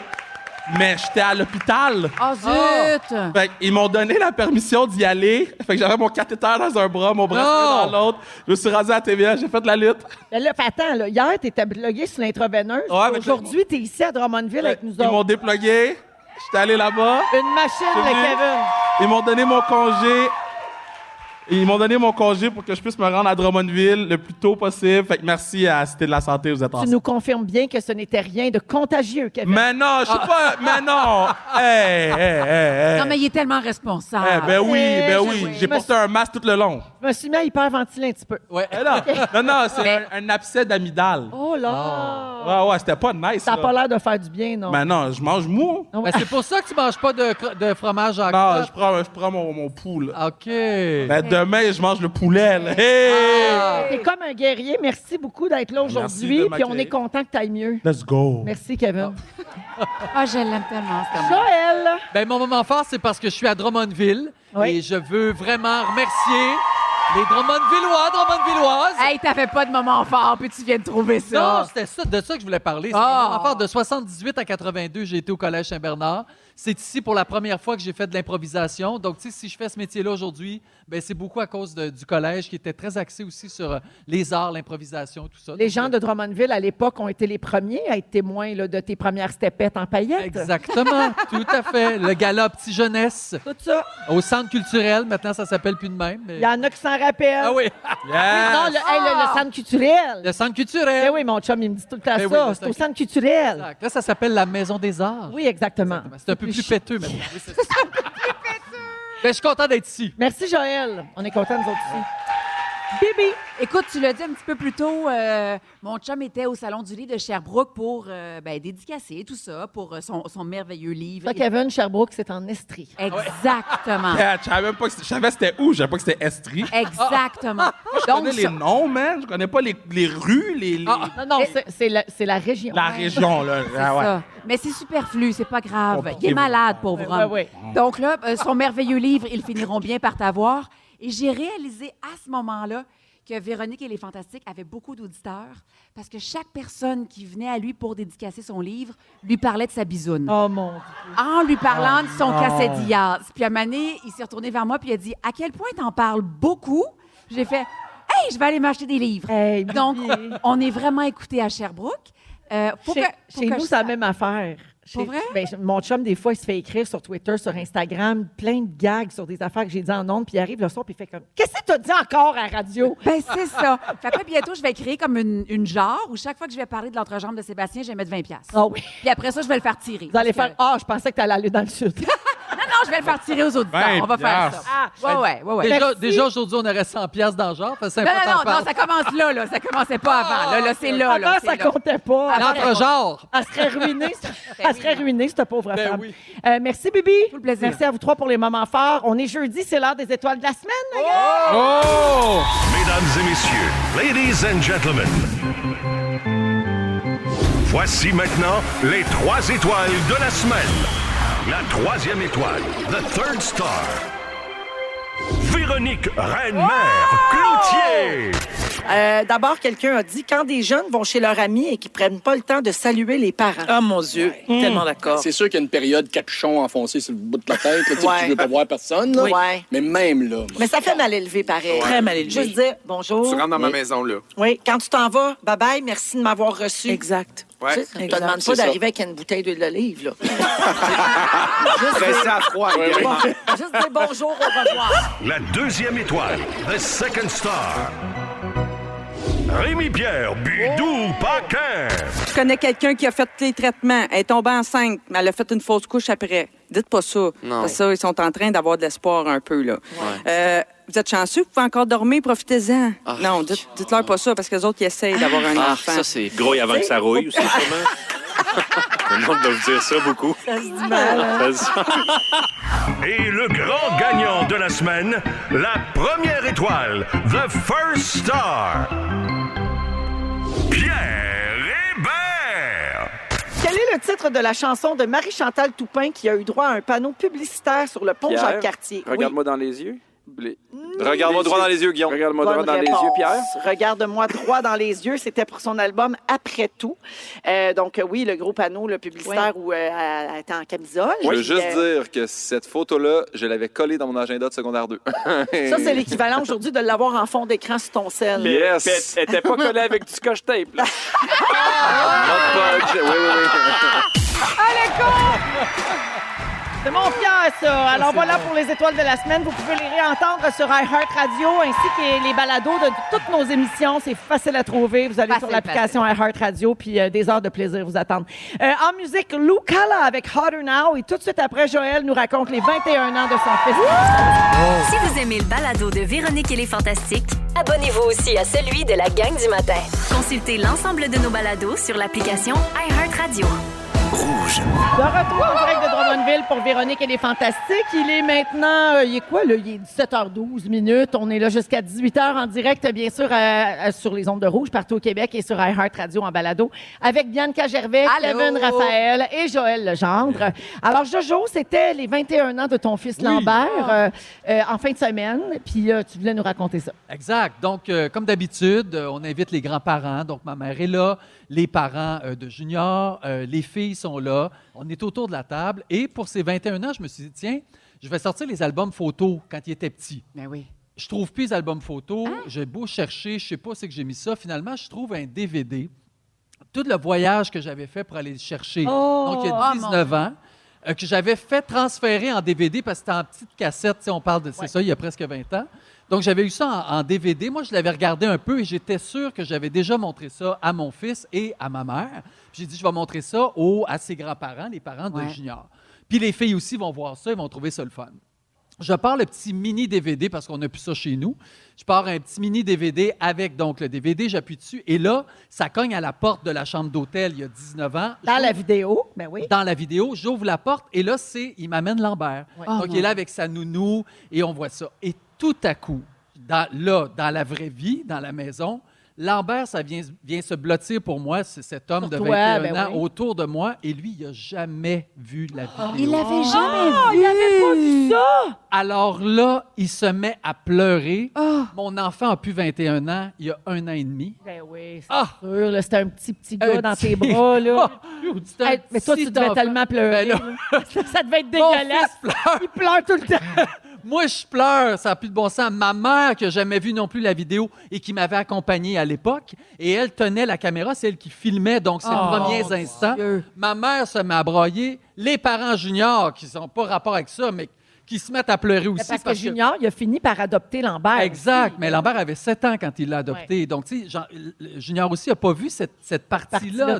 mais j'étais à l'hôpital. Ah. Oh, zut! Fait que ils m'ont donné la permission d'y aller. Fait que j'avais mon cathéter dans un bras, mon Oh. bracelet Non. dans l'autre. Je me suis rendu à la TVA, j'ai fait de la lutte. Mais Ben, là, fais attends, là, hier, t'étais blogué sur l'intraveineuse. Ouais, mais Aujourd'hui, t'es ici à Drummondville avec nous Euh, Ils m'ont autres. déplogué. J'étais allé là-bas. Une machine, C'est le venu. Kevin. Ils m'ont donné mon congé. Ils m'ont donné mon congé pour que je puisse me rendre à Drummondville le plus tôt possible. Fait que merci à Cité de la Santé, vous êtes Tu ensemble. nous confirmes bien que ce n'était rien de contagieux, Kevin. Mais non, je suis Ah. pas. <laughs> Mais non! Hey, hey, hey, hey. Non, mais il est tellement responsable. Eh, ben oui, Eh, ben je- oui. J'ai me- porté un masque tout le <laughs> long. Je me suis mis à hyperventiler un petit peu. Ouais. Eh non, non, non, c'est Mais- un, un abcès d'amidale. Oh là! Ouais, ouais, c'était pas nice. Ça n'a là. pas l'air de faire du bien, non? Mais non, je mange mou. Non, Ben, c'est pour ça que tu manges pas de, cro- de fromage Ah. en Non, crotte. je prends, je prends mon, mon poulet. OK. Ben, demain, je mange le poulet. là. Hey! T'es comme un guerrier. Merci beaucoup d'être là de aujourd'hui. Puis on m'accueillir. est content que t'ailles mieux. Let's go. Merci, Kevin. Ah, je l'aime tellement, cette femme. Joël! Ben, mon moment fort, c'est parce que je suis à Drummondville Oui. et je veux vraiment remercier les Drummondvillois, Drummondvilloises. Hey, t'avais pas de moment fort, puis tu viens de trouver Non, Ah. ça. c'était ça, de ça que je voulais parler. C'est Ah. mon moment fort. de 78 à 82, j'ai été au Collège Saint-Bernard. C'est ici pour la première fois que j'ai fait de l'improvisation. Donc, tu sais, si je fais ce métier-là aujourd'hui, ben, c'est beaucoup à cause de- du collège qui était très axé aussi sur euh, les arts, l'improvisation, tout ça. Les Donc, gens de Drummondville, à l'époque, ont été les premiers à être témoins là, de tes premières stepettes en paillettes. euh, <laughs> Exactement, tout à fait. Le gala Petit Jeunesse Tout ça. au centre culturel. Maintenant, ça s'appelle plus de même. mais- Il y en a qui s'en rappellent. Ah oui, <laughs> Non, ah. le, hey, le- le centre culturel. le centre Eh culturel. oui, mon chum, il me dit tout le temps Eh oui, ça. le c'est au centre- centre culturel. Exact. Là, ça s'appelle la Maison des Arts. Oui, exactement. C'est un peu plus péteux <laughs> maintenant. Oui, c'est ça. Ben, je suis content d'être ici. Merci, Joël. On est contents, nous autres aussi. Bibi. Écoute, tu l'as dit un petit peu plus tôt, euh, mon chum était au Salon du livre de Sherbrooke pour euh, ben, dédicacer tout ça, pour euh, son, son merveilleux livre. Toi, Kevin Sherbrooke, c'est en Estrie. Exactement. Eh, Je savais même pas que c'était- je savais c'était où, je savais pas que c'était Estrie. Exactement. Moi, je connais les Eh, ça- noms, man. Je connais pas les, les rues, les, les- Non, non, c'est- c'est la, c'est la région. la région, là. C'est Ah, ouais. ça. Mais c'est superflu, c'est pas grave. Il Compliqué, est vous. malade, pauvre Ouais, homme. ouais. Donc là, euh, son merveilleux livre, Ils finiront bien par t'avoir. Et j'ai réalisé à ce moment-là que Véronique et les Fantastiques avaient beaucoup d'auditeurs parce que chaque personne qui venait à lui pour dédicacer son livre lui parlait de sa bisoune. Oh mon Dieu. En lui parlant de Ah. son cassetillaz. Puis à un moment donné, il s'est retourné vers moi puis il a dit « À quel point t'en parles beaucoup? » J'ai fait « Hey, je vais aller m'acheter des livres. Hey, Donc, Bibi. on est vraiment écouté à Sherbrooke. Euh, faut Chez, que- faut chez que nous, je c'est la sache. même affaire. Chez- vrai? ben, je- mon chum, des fois, il se fait écrire sur Twitter, sur Instagram, plein de gags sur des affaires que j'ai dit en ondes, puis il arrive le soir, puis il fait comme Qu'est-ce que t'as dit encore à la radio? Ben, c'est ça. Fait que là, bientôt, je vais créer comme une, une genre où chaque fois que je vais parler de l'entrejambe de Sébastien, je vais mettre 20 pièces. Ah oui. Puis après ça, je vais le faire tirer. Vous allez Parce faire que- Ah, je pensais que t'allais aller dans le sud. Non, je vais le faire tirer aux auditeurs. Ben, on va faire ça. piastres. Ah, ouais, ouais, ouais, ouais. Déjà, Merci. déjà, aujourd'hui, on aurait 100 piastres dans le genre. parce que C'est Non, important de non, non, faire. non, ça commence là, là. Ça commençait pas avant. Là, là c'est là, <laughs> Ah, là. Avant, c'est Ah, ça là. comptait pas. Avant, Avant, ça comptait. L'entre-genre. Elle serait ruinée, <laughs> elle serait ruinée, cette pauvre Ben femme. oui. Euh, merci, Bibi. Tout le plaisir. Merci à vous trois pour les moments forts. On est jeudi, c'est l'heure des étoiles de la semaine. la gang. Oh! Mesdames et messieurs, ladies and gentlemen. Voici maintenant les trois étoiles de la semaine. La troisième étoile, the third star. Véronique Reine-Mère Oh! Cloutier. Euh, D'abord, quelqu'un a dit quand des jeunes vont chez leur ami et qu'ils prennent pas le temps de saluer les parents. Ah, mon Dieu, Mm. tellement d'accord. C'est sûr qu'il y a une période capuchon enfoncé sur le bout de la tête, là, tu sais, Ouais. que tu veux pas voir personne. là. Oui. Ouais. Mais même là. Mais ça fait mal élevé, pareil. Très mal élevé. Juste dire bonjour. dans ma maison là. Oui, quand tu t'en vas, bye bye, merci de m'avoir reçu. Exact. Tu sais, on te Exact, demande c'est pas ça. d'arriver avec une bouteille d'huile d'olive, là. Pressé à froid. <laughs> Bon, juste dire bonjour, au revoir. La deuxième étoile, the second star. Rémi Pierre Bidou Paquin. Je connais quelqu'un qui a fait les traitements. Elle est tombée enceinte, mais elle a fait une fausse couche après. Dites pas ça. Parce que ça, ils sont en train d'avoir de l'espoir un peu, là. Euh, vous êtes chanceux, vous pouvez encore dormir, profitez-en. Non, dites- dites-leur pas ça, parce que les autres, ils essayent d'avoir un enfant. c'est gros avant que ça rouille aussi, sûrement. Le monde doit vous dire ça beaucoup. Et le grand gagnant de la semaine, la première étoile, the first star. Pierre Hébert. Quel est le titre de la chanson de Marie-Chantal Toupin qui a eu droit à un panneau publicitaire sur le pont Jacques-Cartier? Oui. dans les yeux. Regarde-moi droit dans les yeux, Guillaume. Regarde-moi Bonne réponse. Regarde-moi droit dans les yeux. C'était pour son album Après tout. Euh, donc, euh, oui, le gros panneau le publicitaire où euh, elle elle était en camisole. Je veux Puis, juste euh, dire que cette photo-là, je l'avais collée dans mon agenda de secondaire 2. Ça, c'est l'équivalent aujourd'hui de l'avoir en fond d'écran sur ton sel. Yes! Elle était pas collée avec du scotch tape, là. Oui, oui, oui. C'est mon Pierre, ça. Alors voilà pour les étoiles de la semaine. Vous pouvez les réentendre sur iHeartRadio ainsi que les balados de toutes nos émissions. C'est facile à trouver. Vous allez sur Facile, l'application iHeartRadio, puis euh, des heures de plaisir vous attendent. Euh, en musique, Lou Kala avec Hotter Now. Et tout de suite après, Joël nous raconte les 21 ans de son fils. Si vous aimez le balado de Véronique et les Fantastiques, Abonnez-vous aussi à celui de la gang du matin. consultez l'ensemble de nos balados sur l'application iHeartRadio. De retour en direct de Drummondville pour Véronique et les Fantastiques. Il est maintenant, euh, il est quoi, là? Il est 17h12 minutes. On est là jusqu'à 18h en direct, bien sûr, euh, euh, sur les ondes de rouge partout au Québec et sur iHeartRadio en balado avec Bianca Gervais, Allô? Kevin Raphaël et Joël Legendre. Alors, Jojo, c'était les 21 ans de ton fils Lambert euh, euh, en fin de semaine. Puis euh, tu voulais nous raconter ça. Exact. Donc, euh, comme d'habitude, euh, on invite les grands-parents. Donc, ma mère est là, les parents euh, de Junior, euh, les filles sont là. On est autour de la table. Et pour ses 21 ans, je me suis dit, tiens, je vais sortir les albums photos quand il était petit. Ben oui. Je trouve plus les albums photos. Ah. J'ai beau chercher, je sais pas c'est que j'ai mis ça. Finalement, je trouve un DVD. Tout le voyage que j'avais fait pour aller le chercher. Donc, il y a Oh, mon 19 ans. euh, que j'avais fait transférer en DVD parce que c'était en petite cassette, tu sais, on parle de c'est ça, il y a presque 20 ans. Donc, j'avais eu ça en, en DVD. Moi, je l'avais regardé un peu et j'étais sûr que j'avais déjà montré ça à mon fils et à ma mère. Puis J'ai dit, je vais montrer ça aux, à ses grands-parents, les parents de Ouais. Junior. Puis les filles aussi vont voir ça, ils vont trouver ça le fun. Je pars le petit mini DVD parce qu'on n'a plus ça chez nous. Je pars un petit mini DVD avec donc le DVD, j'appuie dessus et là, ça cogne à la porte de la chambre d'hôtel il y a 19 ans. Dans la vidéo, ben oui. Dans la vidéo, j'ouvre la porte et là, c'est il m'amène Lambert. Donc, il est là avec sa nounou et on voit ça. Et tout à coup, dans, là, dans la vraie vie, dans la maison, Lambert, ça vient, vient se blottir pour moi, c'est cet homme Sur de toi, 21 ben ans oui. autour de moi et lui, il n'a jamais vu la vidéo. Il l'avait Ah. jamais vu. Alors là, il se met à pleurer. Ah! Mon enfant a plus 21 ans, il y a un an et demi. Ben oui, c'est Ah! sûr. là, C'était un petit petit gars Un dans petit- tes bras, <laughs> là. C'est un Ah! Hey, mais toi, petit tu devais enfant. tellement pleurer. Ben là, là. <laughs> ça, ça devait être mon dégueulasse. fils <laughs> pleure. Il pleure tout le temps. Moi, je pleure, ça n'a plus de bon sens. Ma mère, qui n'a jamais vu non plus la vidéo et qui m'avait accompagné à l'époque, et elle tenait la caméra, c'est elle qui filmait, donc Oh, ses premiers instants. Ma mère se met à broyer. Les parents juniors, qui n'ont pas rapport avec ça, mais qui se mettent à pleurer aussi. Parce, que Junior, il a fini par adopter Ah, Lambert. Exact, mais Lambert avait 7 ans quand il l'a adopté. Donc, tu sais, Jean- le- Junior aussi n'a pas vu cette, cette Partie-là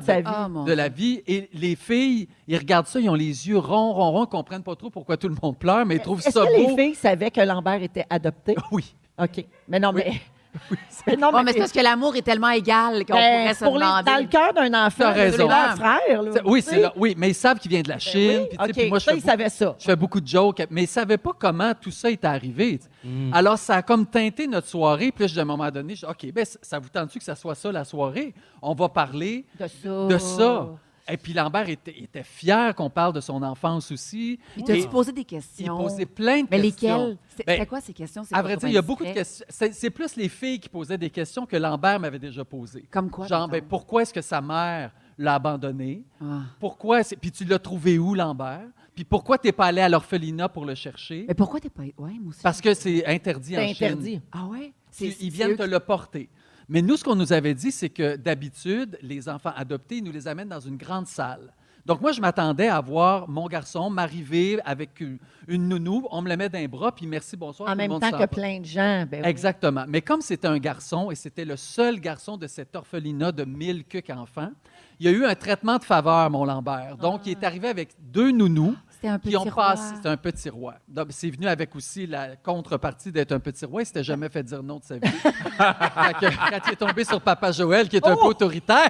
partie-là de de, Oh, sa vie. de Ah, mon la vie. Et les filles, ils regardent ça, ils ont les yeux ronds, ronds, ronds, ils ne comprennent pas trop pourquoi tout le monde pleure, mais ils trouvent Est-ce ça que les Ah, beau. filles savaient que Lambert était adopté? <laughs> Oui. OK. Mais non, mais... <laughs> Mais non, Non, mais, c'est parce que l'amour est tellement égal qu'on Ben, pourrait se pour les- demander. Dans le cœur d'un enfant, T'as c'est raison. leur frère. là, C'est- Oui, tu c'est sais. là. Oui, mais ils savent qu'il vient de la Chine. puis tu sais, OK, puis moi, je ça, fais ils beaucoup- savaient ça. Je fais beaucoup de jokes, mais ils savaient pas comment tout ça est arrivé. tu sais. Alors, ça a comme teinté notre soirée. Puis, là, je- à un moment donné, je dis, OK, ben, ça- ça vous tente-tu que ça soit ça la soirée? On va parler De ça. de ça. Oh. Et puis, Lambert était, était fier qu'on parle de son enfance aussi. Il t'a-tu Et posé des il questions? posait plein de Mais questions. lesquelles? C'est Ben, c'est quoi ces questions? C'est à pas vrai trop dire, il bien y a beaucoup de discret. questions. C'est c'est plus les filles qui posaient des questions que Lambert m'avait déjà posées. Comme quoi, Genre, mettons? ben, pourquoi est-ce que sa mère l'a abandonné? Ah. Pourquoi? c'est- Puis tu l'as trouvé où, Lambert? Puis pourquoi t'es pas allé à l'orphelinat pour le chercher? Mais pourquoi t'es pas. Ouais, moi aussi. Parce que c'est interdit en C'est Chine. interdit. Ah ouais? Tu- C'est- c'est ils viennent eux te qui- le porter. Mais nous, ce qu'on nous avait dit, c'est que d'habitude, les enfants adoptés, ils nous les amènent dans une grande salle. Donc, moi, je m'attendais à voir mon garçon m'arriver avec une, une nounou, on me le met d'un bras, puis merci, bonsoir. En tout le même monde temps s'en que va. plein de gens. ben oui. Exactement. Mais comme c'était un garçon et c'était le seul garçon de cet orphelinat de 1000 cuques enfants, il y a eu un traitement de faveur, mon Lambert. Donc, il est arrivé avec deux nounous Ah. C'était un qui ont petit passé. roi. C'est un petit roi. Donc, c'est venu avec aussi la contrepartie d'être un petit roi. Il s'était jamais fait dire non de sa vie. <laughs> Fait que quand il est tombé sur Papa Joël, qui est Oh! un peu autoritaire,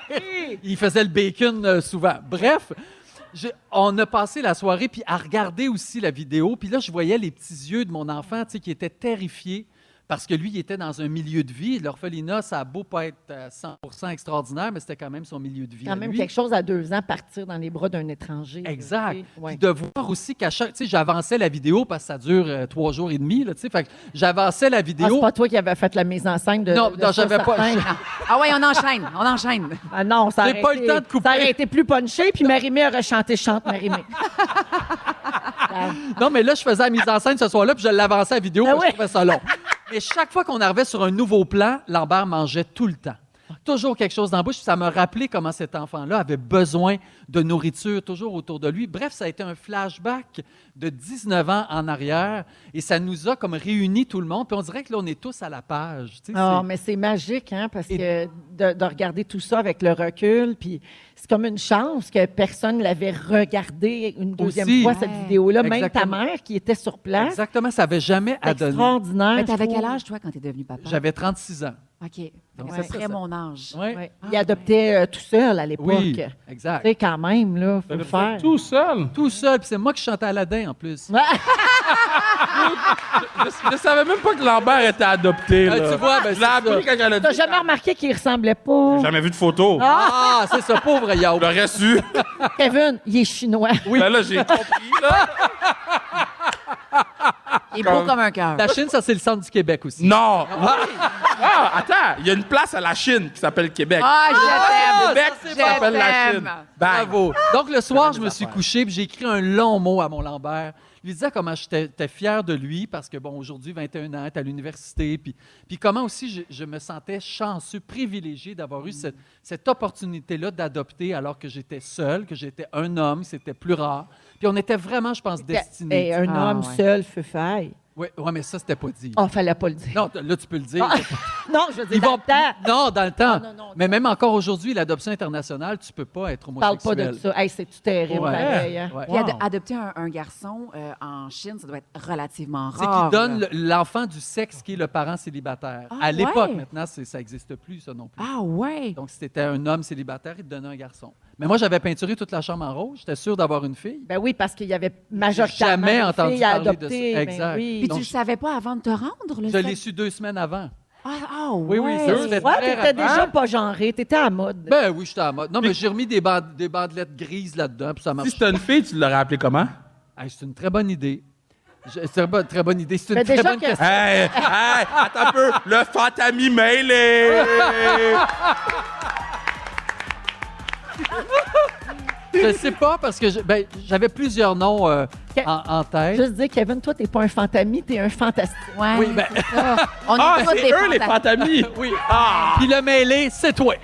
il faisait le bacon euh, souvent. Bref. je- on a passé la soirée puis à regarder aussi la vidéo. Puis là, je voyais les petits yeux de mon enfant, tu sais, qui était terrifié parce que lui, il était dans un milieu de vie. L'orphelinat, ça a beau pas être euh, 100% extraordinaire, mais c'était quand même son milieu de vie. à Quand même lui. quelque chose à deux ans, partir dans les bras d'un étranger. là, Ah, Exact. tu sais. Ouais. Puis de voir aussi qu'à chaque. Tu sais, j'avançais la vidéo parce que ça dure euh, trois jours et demi, là, tu sais. Fait que j'avançais la Ah, c'est vidéo. pas toi qui avais fait la mise en scène de. non, de non, ça, j'avais pas. <laughs> certain. Ah ouais, on enchaîne. On enchaîne. Ah non, ça J'ai aurait pas été- le temps de couper. Ah, Ça aurait été plus punché, puis Marimé aurait chanté Chante Marimé. Non, mais là, je faisais la mise en scène ce soir-là, puis je l'avançais la vidéo, Ah parce que ouais. je trouvais ça long. Mais chaque fois qu'on arrivait sur un nouveau plan, Lambert mangeait tout le temps. Toujours quelque chose dans la bouche. puis Ça me rappelait comment cet enfant-là avait besoin de nourriture, toujours autour de lui. Bref, ça a été un flashback de 19 ans en arrière. Et ça nous a comme réunis tout le monde. Puis on dirait que là, on est tous à la page. tu sais, Ah, c'est- mais c'est magique, hein, parce Et- que de, de regarder tout ça avec le recul, puis c'est comme une chance que personne l'avait regardé une deuxième Aussi. fois, cette Ouais. vidéo-là, même ta Exactement. mère qui était sur place. Exactement, ça n'avait jamais C'est à donner. hein? extraordinaire. Mais t'avais je trouve. quel âge, toi, quand t'es devenu papa? J'avais 36 ans. OK. Donc, Donc, c'est ça, après ça. mon âge. Ouais. Ouais. Il adoptait euh, tout seul à l'époque. Oui, Tu exact. sais, quand même, là, faut le faire. <laughs> Ah, Tout seul. Tout seul, puis c'est moi qui chantais Aladdin en Mm. plus. Je, je savais même pas que Lambert était adopté. Ah, Là. tu vois, ben, je l'ai c'est appris ça. quand elle a dit. T'as jamais remarqué qu'il ressemblait pas. J'ai Jamais vu de photo. Ah, c'est ce pauvre Yao. Je l'aurais su. Kevin, il est chinois. Oui. Ben là, j'ai compris. Là. Il est beau comme un cœur. La Chine, ça, c'est le centre du Québec aussi. Non. Ah, attends. Il y a une place à la Chine qui s'appelle Québec. Ah, je t'aime! Québec je s'appelle la t'aime. Chine. Bang. Bravo. Donc, le soir, je me suis couché puis j'ai écrit un long mot à mon Lambert. Je lui disais comment j'étais j'étais fier de lui parce que, bon, aujourd'hui, 21 ans, t'es à l'université. Puis, puis comment aussi je, je me sentais chanceux, privilégié d'avoir eu cette, cette opportunité-là d'adopter alors que j'étais seul, que j'étais un homme, c'était plus rare. Puis on était vraiment, je pense, destinés. Et un Ah, homme ouais. seul, feu faille. Oui, ouais, mais ça, c'était pas dit. Ah, fallait pas le dire. Non, t- là, tu peux le Ah. dire. <laughs> Non, je veux dire, Ah, Ils dans vont le temps, Ah, Non, dans le temps. Non, non, non, mais même encore aujourd'hui, l'adoption internationale, tu peux pas être parle homosexuel. pas de ça. Hey, c'est-tu terrible, Ouais. pareil, hein? Ouais. Ah. Puis ad- adopter un, un garçon euh, en Chine, ça doit être relativement C'est rare. qui donne là. le- l'enfant du sexe qui est le parent célibataire. Ah, à l'époque, ouais. maintenant, c'est- ça n'existe plus, ça non plus. Ah ouais! Donc, si t'étais un homme célibataire, il te donnait un garçon. Mais moi, j'avais peinturé toute la chambre en rose. J'étais sûr d'avoir une fille. Ben oui, parce qu'il y avait majoritairement Jamais des entendu filles à parler de adopter, ça. ben Exact. oui. Puis donc, tu le je- savais pas avant de te rendre? Le Je fait- l'ai su deux semaines avant. Ah, ah, Oui, oui, ouais. ça, c'était Ouais, très t'étais rapide. déjà pas genré, t'étais à mode. Ben oui, j'étais en mode. Non, mais j'ai remis des, band- des bandelettes grises là-dedans, puis ça Si marche. c'était une fille, tu l'aurais appelée comment? Hey, c'est une très bonne idée. Je- C'est une bonne- très bonne idée. C'est une Mais très déjà bonne que- question. Hey, hey, attends un peu. Le Fatami Mailé. Je sais pas parce que je- ben, j'avais plusieurs noms euh, Que- en, en tête. Juste dire, Kevin, toi, t'es pas un fantami, t'es un fantastique. Ouais, Oui, ben- <laughs> c'est ça. On Ah, est tous c'est des eux, les Ah. fantas- Fatami. Ah. <laughs> Oui. Puis le mêlé, c'est toi.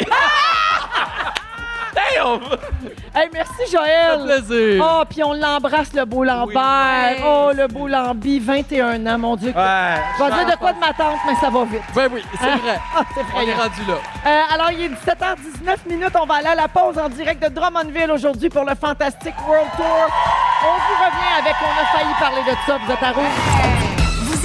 Damn. Hey, merci, Joël. Ça fait plaisir. Oh, puis on l'embrasse, le beau Lambert. Oh, le beau Lambi, 21 ans, mon Dieu. Je vais dire de quoi de ma tante, mais ça va vite. Ben oui, c'est Hein? vrai. Ah, c'est On est effrayant. rendu là. Euh, alors, il est 17h19 minutes. On va aller à la pause en direct de Drummondville aujourd'hui pour le Fantastic World Tour. On vous revient avec On a failli parler de ça. Vous êtes à rouge. Vous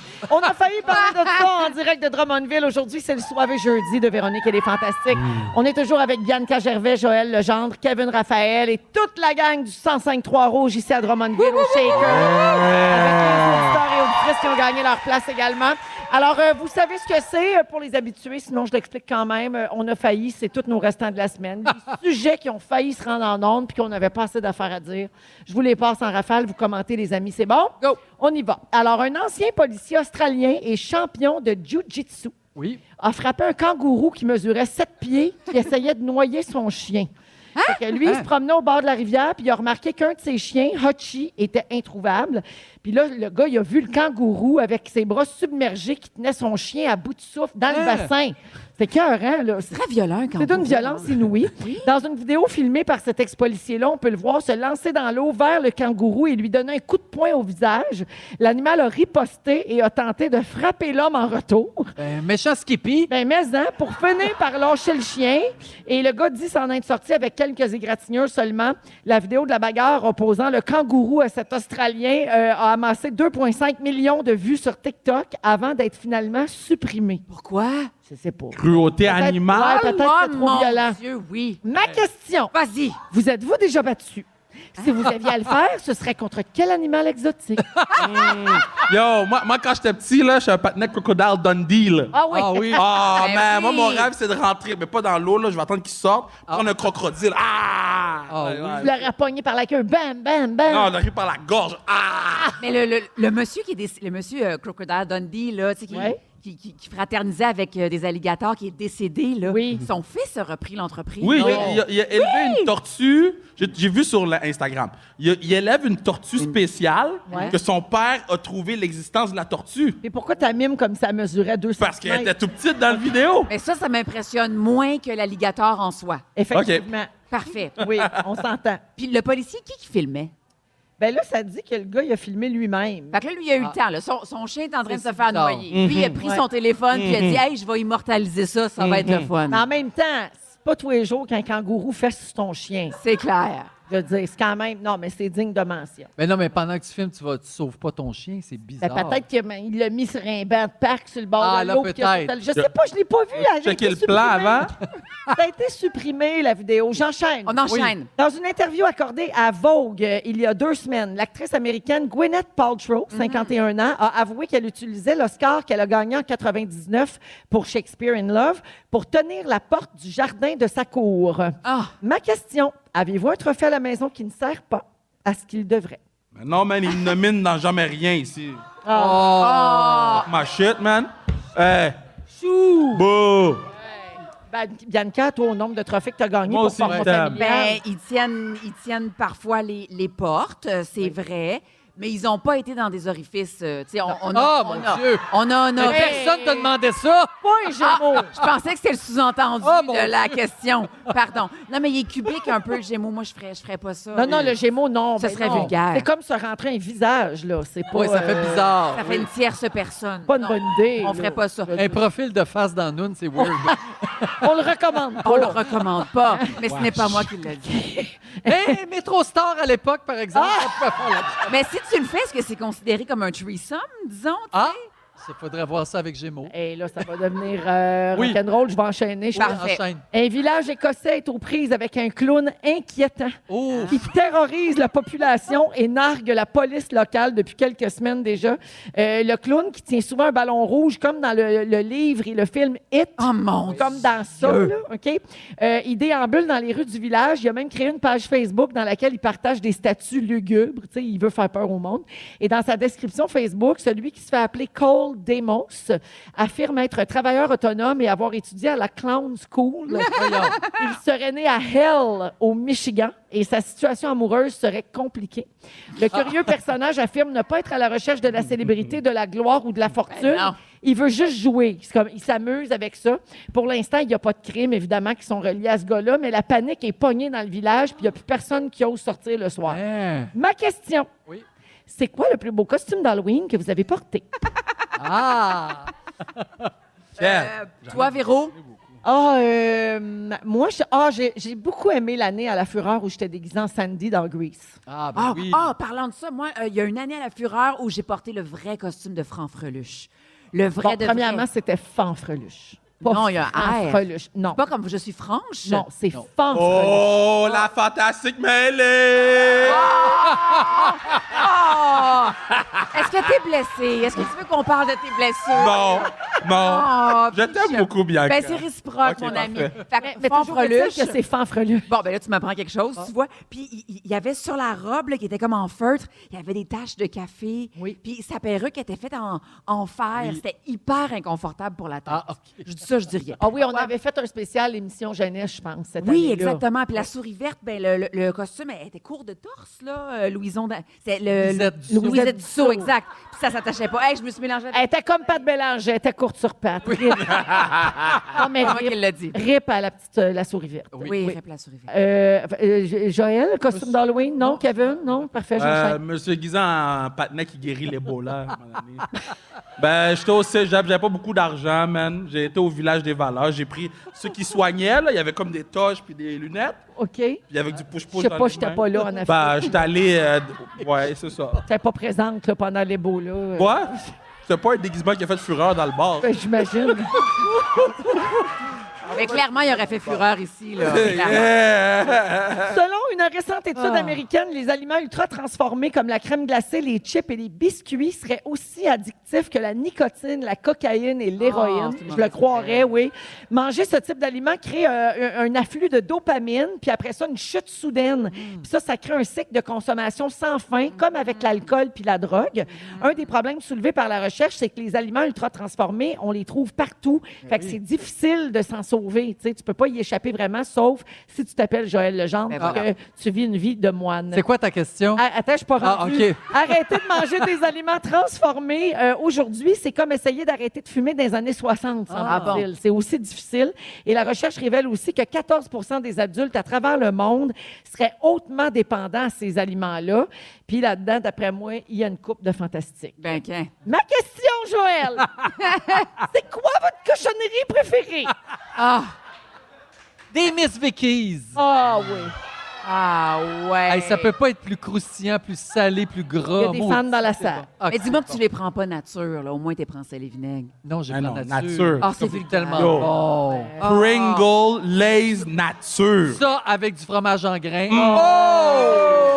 On a failli parler de ça en direct de Drummondville. Aujourd'hui, c'est le soir et jeudi de Véronique et les Fantastiques. On est toujours avec Bianca Gervais, Joël Legendre, Kevin Raphaël et toute la gang du 105-3 Rouge ici à Drummondville au Shaker. Avec les auditeurs et auditrices qui ont gagné leur place également. Alors, euh, vous savez ce que c'est euh, pour les habitués, sinon je l'explique quand même. Euh, on a failli, c'est tous nos restants de la semaine. Des sujets qui ont failli se rendre en onde puis qu'on n'avait pas assez d'affaires à dire. Je vous les passe en rafale, vous commentez, les amis, c'est bon? On y va. Alors, un ancien policier australien et champion de Jiu-Jitsu Oui. a frappé un kangourou qui mesurait sept pieds qui essayait de noyer son chien. Fait que lui, il se promenait au bord de la rivière, puis il a remarqué qu'un de ses chiens, Hachi, était introuvable. Puis là, le gars, il a vu le kangourou avec ses bras submergés qui tenait son chien à bout de souffle dans le Hein? bassin. C'était écœurant, là. Très violent quand C'est d'une violence inouïe. Dans une vidéo filmée par cet ex-policier-là, on peut le voir se lancer dans l'eau vers le kangourou et lui donner un coup de poing au visage. L'animal a riposté et a tenté de frapper l'homme en retour. Ben, méchant Skippy. Ben, mais hein, pour finir par lâcher le chien, et le gars dit s'en être sorti avec quelques égratignures seulement. La vidéo de la bagarre opposant le kangourou à cet Australien euh, a amassé 2,5 millions de vues sur TikTok avant d'être finalement supprimée. Pourquoi? Je sais pas. Cruauté Peut-être- animale. ouais, Ah, peut-être que c'est trop Oh, mon violent. Dieu, oui. Ma question. Vas-y. Vous êtes-vous déjà battu? Si vous aviez à le faire, ce serait contre quel animal exotique? Yo, moi, moi, quand j'étais petit, là, je suis un patinet crocodile Dundee, là. Ah oui. Ah oui. <laughs> Ah, Ben man, moi, oui. mon rêve, c'est de rentrer, mais pas dans l'eau, là. Je vais attendre qu'il sorte, prendre un crocodile. Ah! Ouais, ouais. Vous l'aurez pogné par la queue. Bam, bam, bam. Non, on arrive par la gorge. Ah! Mais le, le- le monsieur qui est déc- le monsieur euh, Crocodile Dundee là, tu sais, qui, Ouais. qui, qui- qui fraternisait avec euh, des alligators qui est décédé là. Son fils a repris l'entreprise. Oui, Non. il a, il a- il a élevé une tortue. J'ai j'ai vu sur le Instagram. Il, a- il élève une tortue spéciale Ouais. que son père a trouvé l'existence de la tortue. Mais pourquoi ta mime comme ça mesurait 2 Parce qu'elle était tout petite dans la vidéo. Mais ça, ça m'impressionne moins que l'alligator en soi. Effectivement. Parfait. Oui, on s'entend. Puis le policier, qui qui filmait? Ben là, ça dit que le gars, il a filmé lui-même. Fait que là, lui, il a eu le temps. là. Son, son chien est en train de se tard. faire noyer. Lui, il a pris Ouais. son téléphone puis il a dit Mhm. Hey, je vais immortaliser ça, ça va être le fun. Mais en même temps, c'est pas tous les jours qu'un kangourou fait sur ton chien. C'est clair. Je veux dire, c'est quand même. Non, mais c'est digne de mention. Mais Ben non, mais pendant que tu filmes, tu ne sauves pas ton chien. C'est Ben, bizarre. peut-être qu'il l'a mis sur un banc de parc sur le bord Ah, de là, l'eau. puis qu'il a peut-être. fait- Je sais pas, je l'ai pas vu. elle a Checker été le plan supprimée. avant. Ça a été supprimé, la vidéo. J'enchaîne. On enchaîne. Oui. Dans une interview accordée à Vogue euh, il y a deux semaines, l'actrice américaine Gwyneth Paltrow, Mhm. 51 ans, a avoué qu'elle utilisait l'Oscar qu'elle a gagné en 99 pour Shakespeare in Love pour tenir la porte du jardin de sa cour. Ah. Ma question, avez-vous un trophée à la maison qui ne sert pas à ce qu'il devrait? Mais non, man, il ne mine dans jamais rien ici. Ah. Fuck My shit, man. Eh. Hey. Chou. Bouh. Ben, Bianca, toi, au nombre de trophées que tu as gagné Moi pour aussi, ton madame. Ben, ils tiennent, ils tiennent parfois les, les portes, euh, c'est vrai, mais ils n'ont pas été dans des orifices. euh, tu sais, on, on a, Ah, on mon a- Dieu! On a, on a- Mais personne t'a demandé ça! Ah, je pensais que c'était le sous-entendu Oh, mon de la Dieu. <laughs> question. Pardon. Non, mais il est cubique un peu, le Gémeaux. Moi, je ferais, je ferais pas ça. Euh, Non, non, le Gémeaux, non. Ce ben serait non. vulgaire. C'est comme se rentrer un visage, là. C'est pas. Oui, ça fait euh, bizarre. Ça fait une tierce personne. Pas une Non, bonne idée, On là. ferait pas ça. Un profil de face dans Noon, c'est weird. <laughs> On le recommande. On le recommande pas, mais ce Ouais. n'est pas moi qui l'ai dit. Mais Métro Star à l'époque, Ah! par exemple, ça pouvait faire la- Ah, Mais si tu le fais, est-ce que c'est considéré comme un threesome, disons? tu sais? Ah! Il faudrait voir ça avec Gémeaux. Et là, ça va devenir euh, Oui. rock'n'roll. Je vais enchaîner. je pense. Parfait. Enchaîne. Un village écossais est aux prises avec un clown inquiétant qui terrorise la population et nargue la police locale depuis quelques semaines déjà. Euh, le clown qui tient souvent un ballon rouge, comme dans le, le livre et le film Hit. Ah, Comme dans ça, Oh, Dieu. là, OK? Euh, il déambule dans les rues du village. Il a même créé une page Facebook dans laquelle il partage des statuts lugubres. Tu sais, il veut faire peur au monde. Et dans sa description Facebook, celui qui se fait appeler Cole Demos affirme être un travailleur autonome et avoir étudié à la Clown School. il serait né à Hell, au Michigan, et sa situation amoureuse serait compliquée. Le curieux personnage affirme ne pas être à la recherche de la célébrité, de la gloire ou de la fortune. Il veut juste jouer. C'est comme, il s'amuse avec ça. Pour l'instant, il n'y a pas de crime, évidemment, qui sont reliés à ce gars-là, mais la panique est pognée dans le village, puis il n'y a plus personne qui ose sortir le soir. Ma question. Oui. C'est quoi le plus beau costume d'Halloween que vous avez porté? Ah! toi, Véro? Ah, euh, moi, je- ah, j'ai j'ai beaucoup aimé l'année à la fureur où j'étais déguisée en Sandy dans Grease. Ah, Ah, ah, parlant de ça, moi, euh, il y a une année à la Fureur où j'ai porté le vrai costume de Franfreluche. Le vrai Bon, de premièrement, vrai. c'était fanfreluche. Pas Non, il y a un R. Fanfreluche, Non. Pas comme je suis franche. Non, c'est fanfreluche. Oh, la fantastique mêlée! Ah. Oh! Est-ce que t'es blessée? Est-ce que tu veux qu'on parle de tes blessures? Bon, bon. Ah, Oh, je t'aime beaucoup, Bianca. Ben, c'est réciproque, Ok, mon ami. parfait. Fait que Mais toujours est-il fanfreluche. que c'est fanfreluche. Bon, ben là, tu m'apprends quelque chose, tu vois. Puis, il- il il y avait sur la robe, là, qui était comme en feutre, il y avait des taches de café. Oui. Puis, sa perruque était faite en, en fer. C'était hyper inconfortable pour la tête. Ah, OK. Je dis ça, je dis rien. Ah oui, on avait fait un spécial émission jeunesse, je pense, cette Oui, année-là. exactement. Puis la souris verte, ben, le, le- le costume elle était court de torse, là, euh, Louison. da- C'est le, Louisette le- Dussault. Louisette Dussault, exact. Puis ça s'attachait pas. Hey, je me suis mélangée avec Elle était comme Pat Bélanger, elle était courte sur Pat. Rip. non, mais moi rip, qui l'a dit. rip à la petite euh, la souris verte. Oui, rip la souris verte. Euh, euh, Joël, costume d'Halloween? Non, Kevin? Non? Parfait, Euh, j'enchaîne. Monsieur Guisan, en patinet qui guérit l'Ebola, à un moment donné. Ben, j'étais au cégep, j'avais pas beaucoup d'argent, man. J'ai été au village des valeurs, j'ai pris ceux qui soignaient, là. Il y avait comme des toches puis des lunettes. OK. Il y avait du push-push. Je sais dans pas, les j'étais mains. pas là, en effet. Ben, j'étais allé. euh, d- ouais, c'est ça. T'es pas présente là, pendant les beaux, là. Euh, Quoi? C'était pas un déguisement qui a fait fureur dans le bar. ben, <laughs> J'imagine. Mais clairement, il aurait fait fureur ici, là. clairement. Yeah! Euh, Selon une récente étude américaine, les aliments ultra transformés comme la crème glacée, les chips et les biscuits seraient aussi addictifs que la nicotine, la cocaïne et l'héroïne. Ah, c'est une Je le mauvaise croirais, oui. Manger ce type d'aliment crée euh, un, un afflux de dopamine, puis après ça, une chute soudaine. Puis ça, ça crée un cycle de consommation sans fin, comme avec l'alcool puis la drogue. Un des problèmes soulevés par la recherche, c'est que les aliments ultra transformés, on les trouve partout. Ben Fait que c'est difficile de s'en sauver. Tu sais, tu peux pas y échapper vraiment, sauf si tu t'appelles Joël Legendre Ben voilà. que tu vis une vie de moine. C'est quoi ta question? Ah, Attends, je suis pas Ah, rendue. OK. Arrêtez de manger des aliments transformés. euh, Aujourd'hui, c'est comme essayer d'arrêter de fumer dans les années 60, semble-t-il. C'est aussi difficile. Et la recherche révèle aussi que 14 des adultes à travers le monde seraient hautement dépendants à ces aliments-là. Puis là-dedans, d'après moi, il y a une coupe de fantastique. Ben, qu'un. Ma question, Joël! c'est quoi votre cochonnerie préférée? Ah, Des Miss Vickies! Ah oui. ah, ouais. Hey, ça peut pas être plus croustillant, plus salé, plus Il y gras. a des Maudit, fans dans la c'est salle. bon. Ah, Mais dis-moi que tu les prends pas nature, là. Au moins, t'es prends sel et vinaigre. Non, j'ai Ah pas non, nature. nature. Ah, Comme c'est c'est tellement Yo. bon. Ah. Pringle Lays Nature. Ça avec du fromage en grain. Mm. Oh!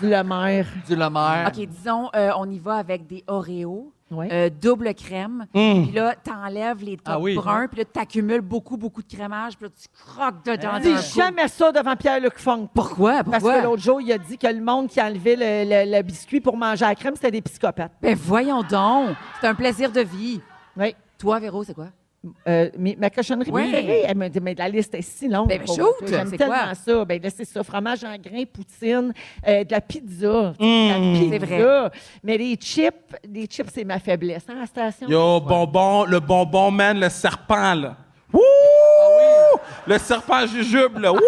Du Le Maire. Du la mer. Ah. OK, disons, euh, on y va avec des Oreos. Ouais. euh, double crème. Hum. Puis là, t'enlèves les tops Ah oui. bruns. Puis là, t'accumules beaucoup, beaucoup de crémage. Puis là, tu croques dedans. Dis d'un coup. Ah, jamais ça devant Pierre-Luc Funk. Pourquoi? Parce Pourquoi? que l'autre jour, il a dit que le monde qui enlevait le, le- le biscuit pour manger la crème, c'était des psychopathes. Ben voyons donc, c'est un plaisir de vie. Oui. Toi, Véro, c'est quoi? Euh, mais ma cochonnerie Oui. préférée, elle me dit, mais la liste est si longue. Ben, ben, Oh, shoot, J'aime c'est tellement quoi? ça. Ben, là, c'est ça. Fromage en grains, poutine, euh, de la pizza. C'est De la Mmh. vrai. pizza. Mais les chips, les chips, c'est ma faiblesse. Hein, à la station? Yo, bonbon, le bonbon, man, le serpent, là. Wouh! Ah Le serpent jujube, là. Wouh!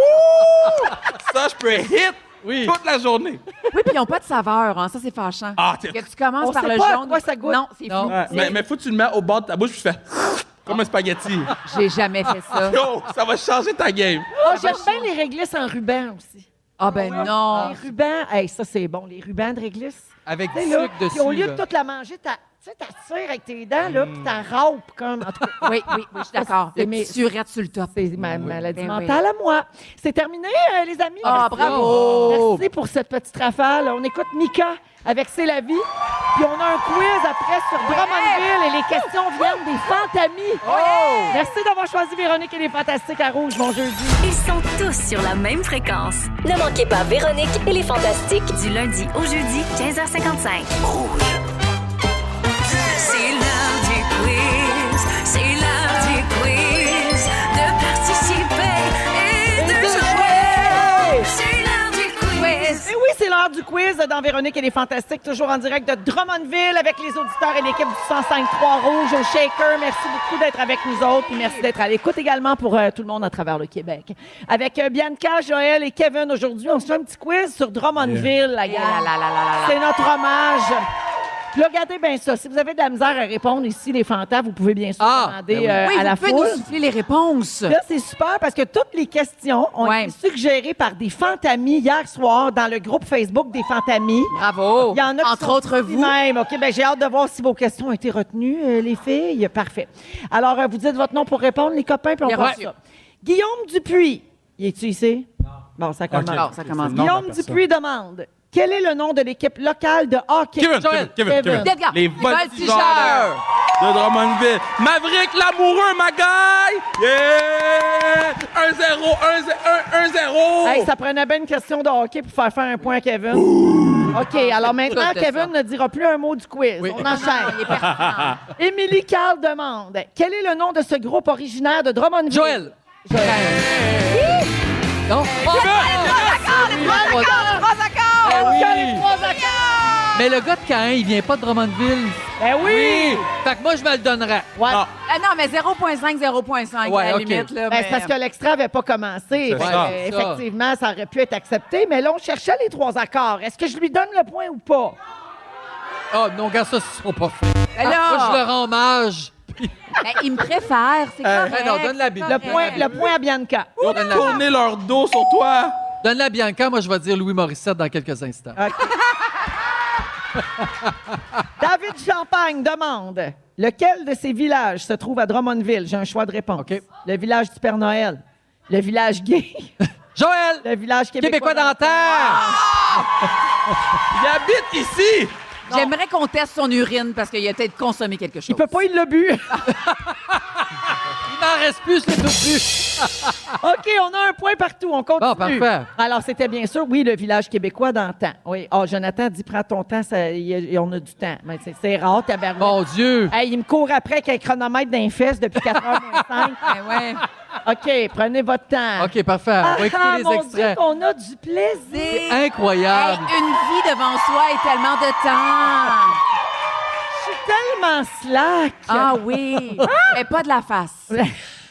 Ça, je peux hit Oui. toute la journée. Oui, puis ils n'ont pas de saveur, hein. ça c'est fâchant. Ah, t'es- que tu commences On par sait le pas à jaune. quoi ça goûte. Non, c'est Non. flou. Ouais, mais, mais faut que tu le mets au bord de ta bouche, puis tu fais <laughs> comme un spaghetti. J'ai jamais fait <laughs> ça. Yo, ça va changer ta game. Oh, j'aime bien les réglisses en ruban aussi. Ah ben non. Les rubans, hey, ça, c'est bon. Les rubans de réglisse. Avec du Tu sais, là, sucre dessus. puis au lieu là. de toute la manger, t'as Tu sais, t'aspires avec tes dents, là, Mmh. puis t'en râpes comme. En tout cas, Oui, oui, oui, je suis d'accord. C'est Le mes- petit surette sur le top. C'est ma maladie Ben oui. mentale à moi. C'est terminé, euh, les amis. Ah, Merci. bravo! Merci pour cette petite rafale. On écoute Mika avec C'est la vie. Puis on a un quiz après sur Drummondville et les questions viennent des fantamis. Oh. Merci d'avoir choisi Véronique et les Fantastiques à Rouge, mon jeudi. Ils sont tous sur la même fréquence. Ne manquez pas Véronique et les Fantastiques du lundi au jeudi 15h55. Rouge. C'est l'heure du quiz. C'est l'heure du quiz. De participer et, de, jouer. C'est l'heure du quiz. Et oui, c'est l'heure du quiz dans Véronique et les Fantastiques, toujours en direct de Drummondville avec les auditeurs et l'équipe du 105-3 Rouge au Shaker. Merci beaucoup d'être avec nous autres. puis merci d'être à l'écoute également pour euh, tout le monde à travers le Québec. Avec euh, Bianca, Joël et Kevin aujourd'hui, on se fait un petit quiz sur Drummondville, la gang. C'est notre hommage. Puis Là, regardez bien ça. Si vous avez de la misère à répondre ici, les fantas, vous pouvez bien sûr demander ben oui. euh, Oui, à vous la pouvez foule. nous souffler les réponses. Là, c'est super parce que toutes les questions ont Ouais. été suggérées par des fantamis hier soir dans le groupe Facebook des fantamis. Bravo. Il y en a qui Entre sont autres, ici vous. même. OK, ben j'ai hâte de voir si vos questions ont été retenues, euh, les filles. Parfait. Alors, euh, vous dites votre nom pour répondre, les copains, puis on Bien passe reçu. ça. Guillaume Dupuis. Y est-tu ici? Non. Bon, ça commence. Ok. Non, ça commence. Guillaume Dupuis demande... Quel est le nom de l'équipe locale de hockey? Kevin, Kevin, Kevin, Kevin. Edgar. Les Les voltigeurs. voltigeurs de Drummondville. Maverick l'amoureux, ma guy! Yeah! Oh! 1-0, 1-0, 1-0! Hey, ça prenait bien une question de hockey pour faire faire un point à Kevin. OK, alors maintenant, Tout de ça. Kevin ne dira plus un mot du quiz. On enchaîne. Émilie Carl demande Quel est le nom de ce groupe originaire de Drummondville Joël. Non. Ah, Ah, Ben oui. accords! Mais le gars de Caen, il vient pas de Drummondville. Ben oui! Fait que moi, je me le donnerais. Ouais. Ah non, mais 0.5, 0.5 Ouais, à la OK. limite. Là, Ben, mais- c'est parce que l'extrait n'avait pas commencé. C'est Fait ça. C'est que, ça. effectivement, ça aurait pu être accepté, mais là, on cherchait les trois accords. Est-ce que je lui donne le point ou pas? Ah, non, regarde ça, ce sera pas fait. Alors? Ah, Moi, je le rends hommage. euh, Ben, il me préfère, c'est Euh, correct. non, donne la bille. Ah, Le point, ben le point à Bianca. Ils ont tourné leur dos sur toi. Donne-la à Bianca, moi, je vais dire Louis Morissette dans quelques instants. Euh. David Champagne demande lequel de ces villages se trouve à Drummondville? J'ai un choix de réponse. Le village du Père Noël, le village gay, <laughs> Joël! le village québécois, Québécois dentaire! Ils habitent ici! J'aimerais qu'on teste son urine parce qu'il a peut-être consommé quelque chose. Il peut pas, il <laughs> l'a bu. Il n'en reste plus, c'est tout plus. OK, on a un point partout. On continue. Bon, parfait. Alors, c'était bien sûr, oui, le village québécois dans le temps. Oui. Oh, Jonathan dit prends ton temps, ça, y a- y- on a du temps. Mais c'est- c'est rare, tabarouette. Mon Dieu! Hey, il me court après qu'un chronomètre d'un fesse depuis 4 h moins <laughs> 5. Ben <laughs> ouais. OK, prenez votre temps. OK, parfait. On va Ah, écouter mon les Dieu, extraits. qu'on a du plaisir. C'est Hey, Incroyable! une vie devant soi et tellement de temps. Je suis tellement slack. Ah <laughs> oui. Mais pas de la face.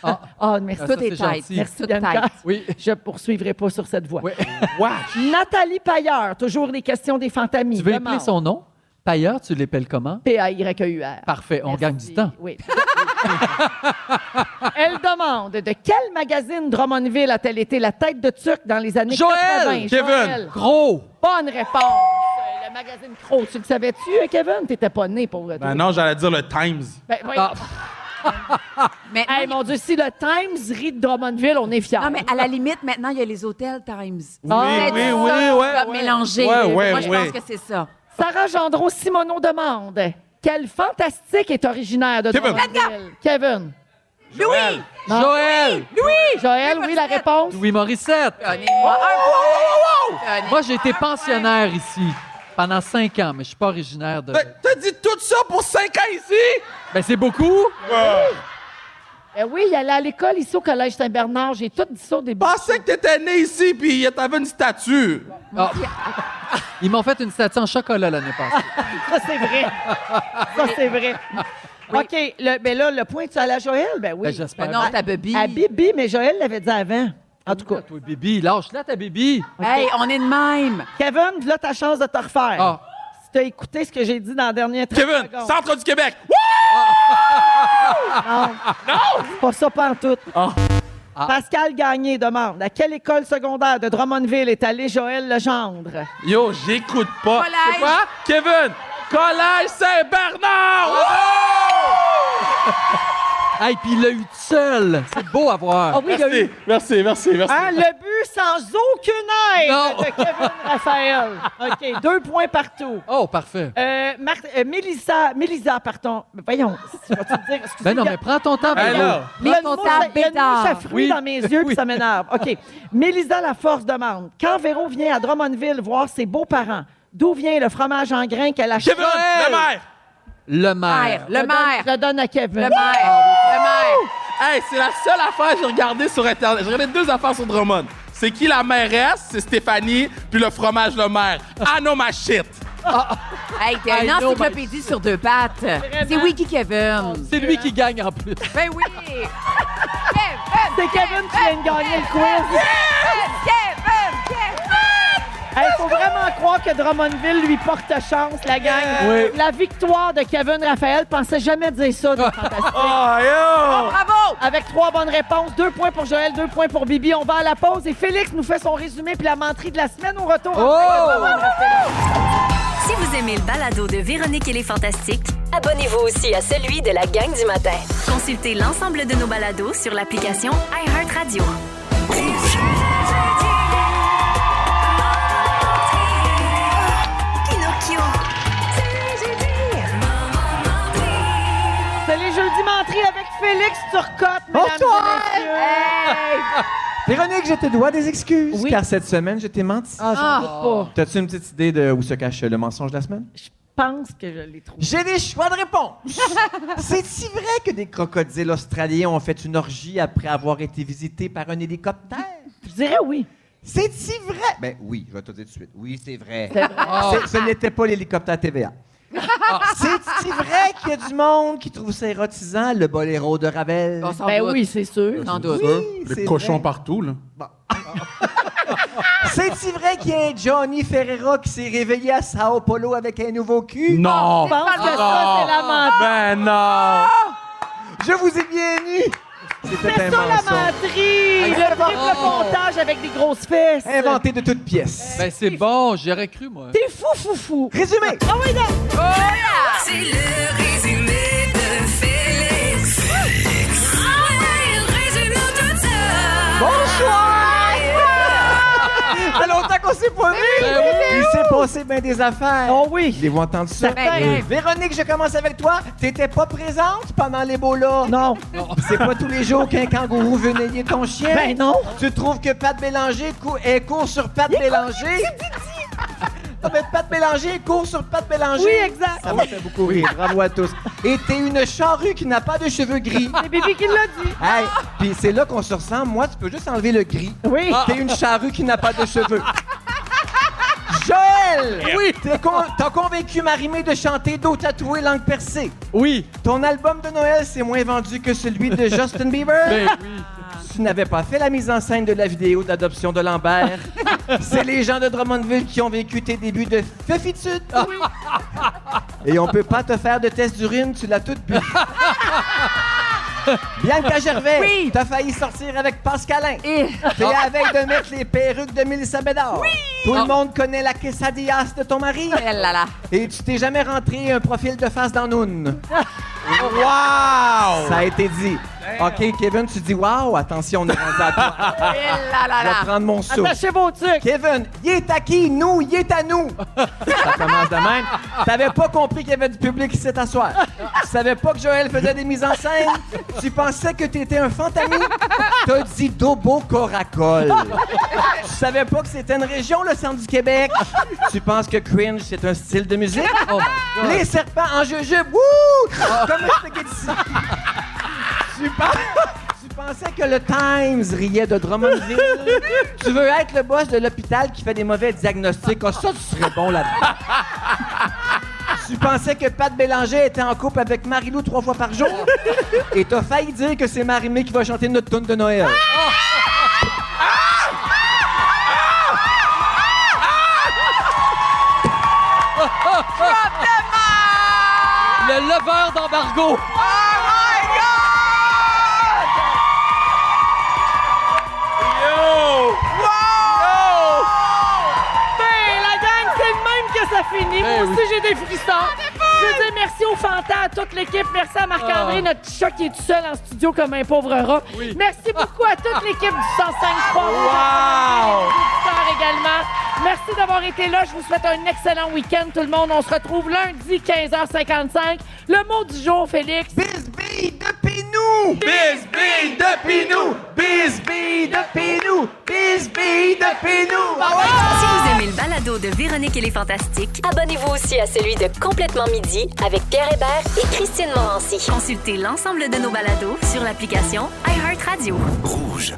Ah, merci. Ah, ça, Tout c'est est tête. gentil. Merci, Tout Bianca. tête. Oui. Je poursuivrai pas sur cette voie. Ouais. Nathalie Pailleur, toujours les questions des fantamies. Tu veux Demande. épeler son nom? Payeur, tu l'appelles comment? E P-A-Y-E-U-R. Parfait, on Merci. gagne du temps. Oui. <laughs> Elle demande de quel magazine Drummondville a-t-elle été la tête de Turc dans les années Joël! 80? Kevin! Gros! Bonne réponse. Euh, Le magazine Crow, tu le savais-tu, hein, Kevin? T'étais pas né pour. Ben non, j'allais dire le Times. Ben, oui. Ah, Mais Hey, mon Dieu, si le Times rit de Drummondville, on est fiers. Non, mais à la limite, maintenant, il y a les hôtels Times. Oui, Ah, oui, c'est oui, ça, ouais, comme ouais. mélangé. Ouais, ouais, Moi, je ouais. pense que c'est ça. Sarah Gendron Simoneau demande Quel fantastique est originaire de Kevin. Drummondville? Kevin. Joël. Non. Joël! Oui! Joël, oui, la réponse. Louis Morissette! Donnez-moi un Oh, Wow, wow, wow! Donnez- Moi, j'ai été pensionnaire ici pendant cinq ans, mais je suis pas originaire de. Fait que T'as dit tout ça pour 5 ans ici? Ben, c'est beaucoup! Ben oui, il allait à l'école ici au Collège Saint-Bernard. J'ai tout dit ça au début. Pensais que t'étais né ici, puis t'avais une statue. Ah. Ils m'ont fait une statue en chocolat l'année passée. Ah, Ça, c'est vrai. ça, c'est vrai. OK, le, ben là, le point, tu allais à Joël? Ben oui. Ben, j'espère. Non, Ah, ta baby. à Bibi, mais Joël l'avait dit avant. En tout cas. Toi, Bibi, lâche-la, ta Bibi! Hey, on est de même. Kevin, là, ta chance de te refaire. Ah. Si t'as écouté ce que j'ai dit dans la dernière 30 Kevin, secondes. centre du Québec. Wouh! C'est Pas ça, pas en tout. Ah. Pascal Gagné demande à quelle école secondaire de Drummondville est allé Joël Legendre? Yo, j'écoute pas. Collège. C'est quoi? Kevin, Collège Saint-Bernard! Hey, puis il l'a eu tout seul. C'est beau à voir. Ah oui, il y a Merci, eu- merci, merci, Hein, le but sans aucune aide Non. de <laughs> Kevin Raphaël. OK, deux points partout. Oh, parfait. Euh, Mar- euh, Mélissa, Mélissa, pardon. Mais Voyons, tu vas-tu me dire? excusez, Ben non, il y a- mais prends ton temps, Ben Véro. là. Il y a une Prends ton mouche à- temps. il y a une mouche à fruits Oui. dans mes yeux, puis ça m'énerve. OK. Mélisa Laforce demande Quand Véro vient à Drummondville voir ses beaux-parents, d'où vient le fromage en grains qu'elle achète Kevin, le maire! Le maire. Le maire. Je le donne à Kevin. Le Le ben, maire. Hey, c'est la seule affaire que j'ai regardée sur Internet. J'ai regardé deux affaires sur Drummond. C'est qui la mairesse? C'est Stéphanie, puis le fromage le maire. Ah non, ma shit! Hey, t'es une I know, encyclopédie sur deux pattes. C'est Wiki Kevin. C'est lui qui gagne en plus. Ben <laughs> oui. C'est Kevin qui vient de gagner le quiz. Il faut vraiment croire que Drummondville lui porte chance, la gang. Oui. La victoire de Kevin Raphaël, pensait jamais dire ça des Fantastiques. Oh, yo! bravo! Avec trois bonnes réponses, deux points pour Joël, deux points pour Bibi. On va à la pause et Félix nous fait son résumé puis la menterie de la semaine au retour. Oh! Si vous aimez le balado de Véronique et les Fantastiques, abonnez-vous aussi à celui de la gang du matin. Consultez l'ensemble de nos balados sur l'application iHeartRadio. Pinocchio. C'est les jeudis menteries avec Félix Turcotte, mesdames Bonsoir! et messieurs. Véronique, je te dois des excuses, car cette semaine, je t'ai menti. Ah, j'en doute Ah. pas. T'as-tu une petite idée de où se cache le mensonge de la semaine? Je pense que je l'ai trouvé. J'ai des choix de réponse. <laughs> C'est si vrai que des crocodiles australiens ont fait une orgie après avoir été visités par un hélicoptère? Je dirais oui. C'est si vrai? Ben oui, je vais te dire tout de suite. Oui, c'est vrai. C'est vrai. Ah. C'est- <laughs> Ce n'était pas l'hélicoptère TVA. Ah. <laughs> C'est si vrai qu'il y a du monde qui trouve ça érotisant, le boléro de Ravel? Ah, On s'en Ben bah, doute. oui, c'est sûr. Sans doute. Oui, Les c'est cochons vrai. partout, là. C'est-tu vrai qu'il y a un Johnny Ferreira qui s'est réveillé à Sao Paulo avec un nouveau cul? Ah, Non! Je pense que ça, c'est la menterie. Ben non! Je vous ai bien eu! C'est ça la menterie! Le triple montage avec des grosses fesses. Inventé de toutes pièces. Ben <laughs> c'est bon, j'aurais cru, moi. T'es fou, fou, fou. Résumé. Ah oui, non. C'est le résumé de Félix. Félix. Ah Bonsoir! Ça fait longtemps qu'on s'est pas vu! Ben oui. Il s'est passé bien des affaires. Oh oui! Les vous entendu ça? Certain. Oui. Véronique, je commence avec toi. T'étais pas présente pendant l'Ebola? Non. C'est pas tous les jours qu'un kangourou veut nayer ton chien? Ben non. Tu trouves que Pat Bélanger cou- est court sur Pat Bélanger? <laughs> Non, mais Pat Bélanger court sur Pat Bélanger. Oui, exact. Ça m'a fait beaucoup rire. Bravo à tous. Et t'es une charrue qui n'a pas de cheveux gris. C'est Bibi qui l'a dit. Hey, puis c'est là qu'on se ressemble. Moi, tu peux juste enlever le gris. Oui. T'es une charrue qui n'a pas de cheveux. Joël! Oui! T'as convaincu Marimé de chanter dos tatoué, langue percée. Oui. Ton album de Noël s'est moins vendu que <laughs> celui de Justin Bieber. Ben oui. Tu n'avais pas fait la mise en scène de la vidéo d'adoption de <laughs> Lambert. C'est les gens de Drummondville qui ont vécu tes débuts de feufitude. <laughs> Et on peut pas te faire de test d'urine, tu <laughs> l'as toute bu. Bianca Gervais, t'as failli sortir avec Pascalin. Eh T'es à la veille de mettre les perruques de Mélissa Bédard. Tout le monde connaît la quesadillas de <laughs> ton mari. Et tu t'es jamais rentré un profil de face dans Noon. Wow! Ça a été dit. OK, Kevin, tu dis wow, attention, on est rendu à toi. Eh Je vais prendre mon souffle. Attachez vos trucs. Kevin, il est à qui? Nous, il est à nous. <laughs> Ça commence de même. T'avais pas compris qu'il y avait du public ici à soir. Tu savais pas que Joël faisait des mises en scène. Tu pensais que t'étais un fantami. T'as dit Dobo Coracol. Tu savais pas que c'était une région, le centre du Québec. Tu penses que cringe, c'est un style de musique. Les serpents en jujube. Wouh! Comme un spaghetti. Tu penses... <laughs> Tu pensais que le Times riait de Drummondville? tu veux être le boss de l'hôpital qui fait des mauvais diagnostics? Ah, ça, tu serais bon là-dedans. tu pensais que Pat Bélanger était en couple avec Marilou trois fois par jour? Et t'as failli dire que c'est Marimé qui va chanter notre tune de Noël. Le leveur d'embargo. Yo! Ben, la gang, c'est le même que ça fini. Moi Eh aussi, oui. j'ai des frissons. Je veux dire merci aux Fantas, à toute l'équipe. Merci à Ah. Marc-André, notre petit chat qui est tout seul en studio comme un pauvre rat. Merci beaucoup à toute l'équipe du 105 Wow! également. Merci d'avoir été là. Je vous souhaite un excellent week-end, tout le monde. On se retrouve lundi, 15h55. Le mot du jour, Félix. Bisbille de Pinou! Bisbille de Pinou! Bisbille de Pinou! Bisbille de Pinou! Si vous aimez le balado de Véronique et les Fantastiques, abonnez-vous aussi à celui de Complètement Midi avec Pierre Hébert et Christine Morancy. Consultez l'ensemble de nos balados sur l'application iHeartRadio. Rouge.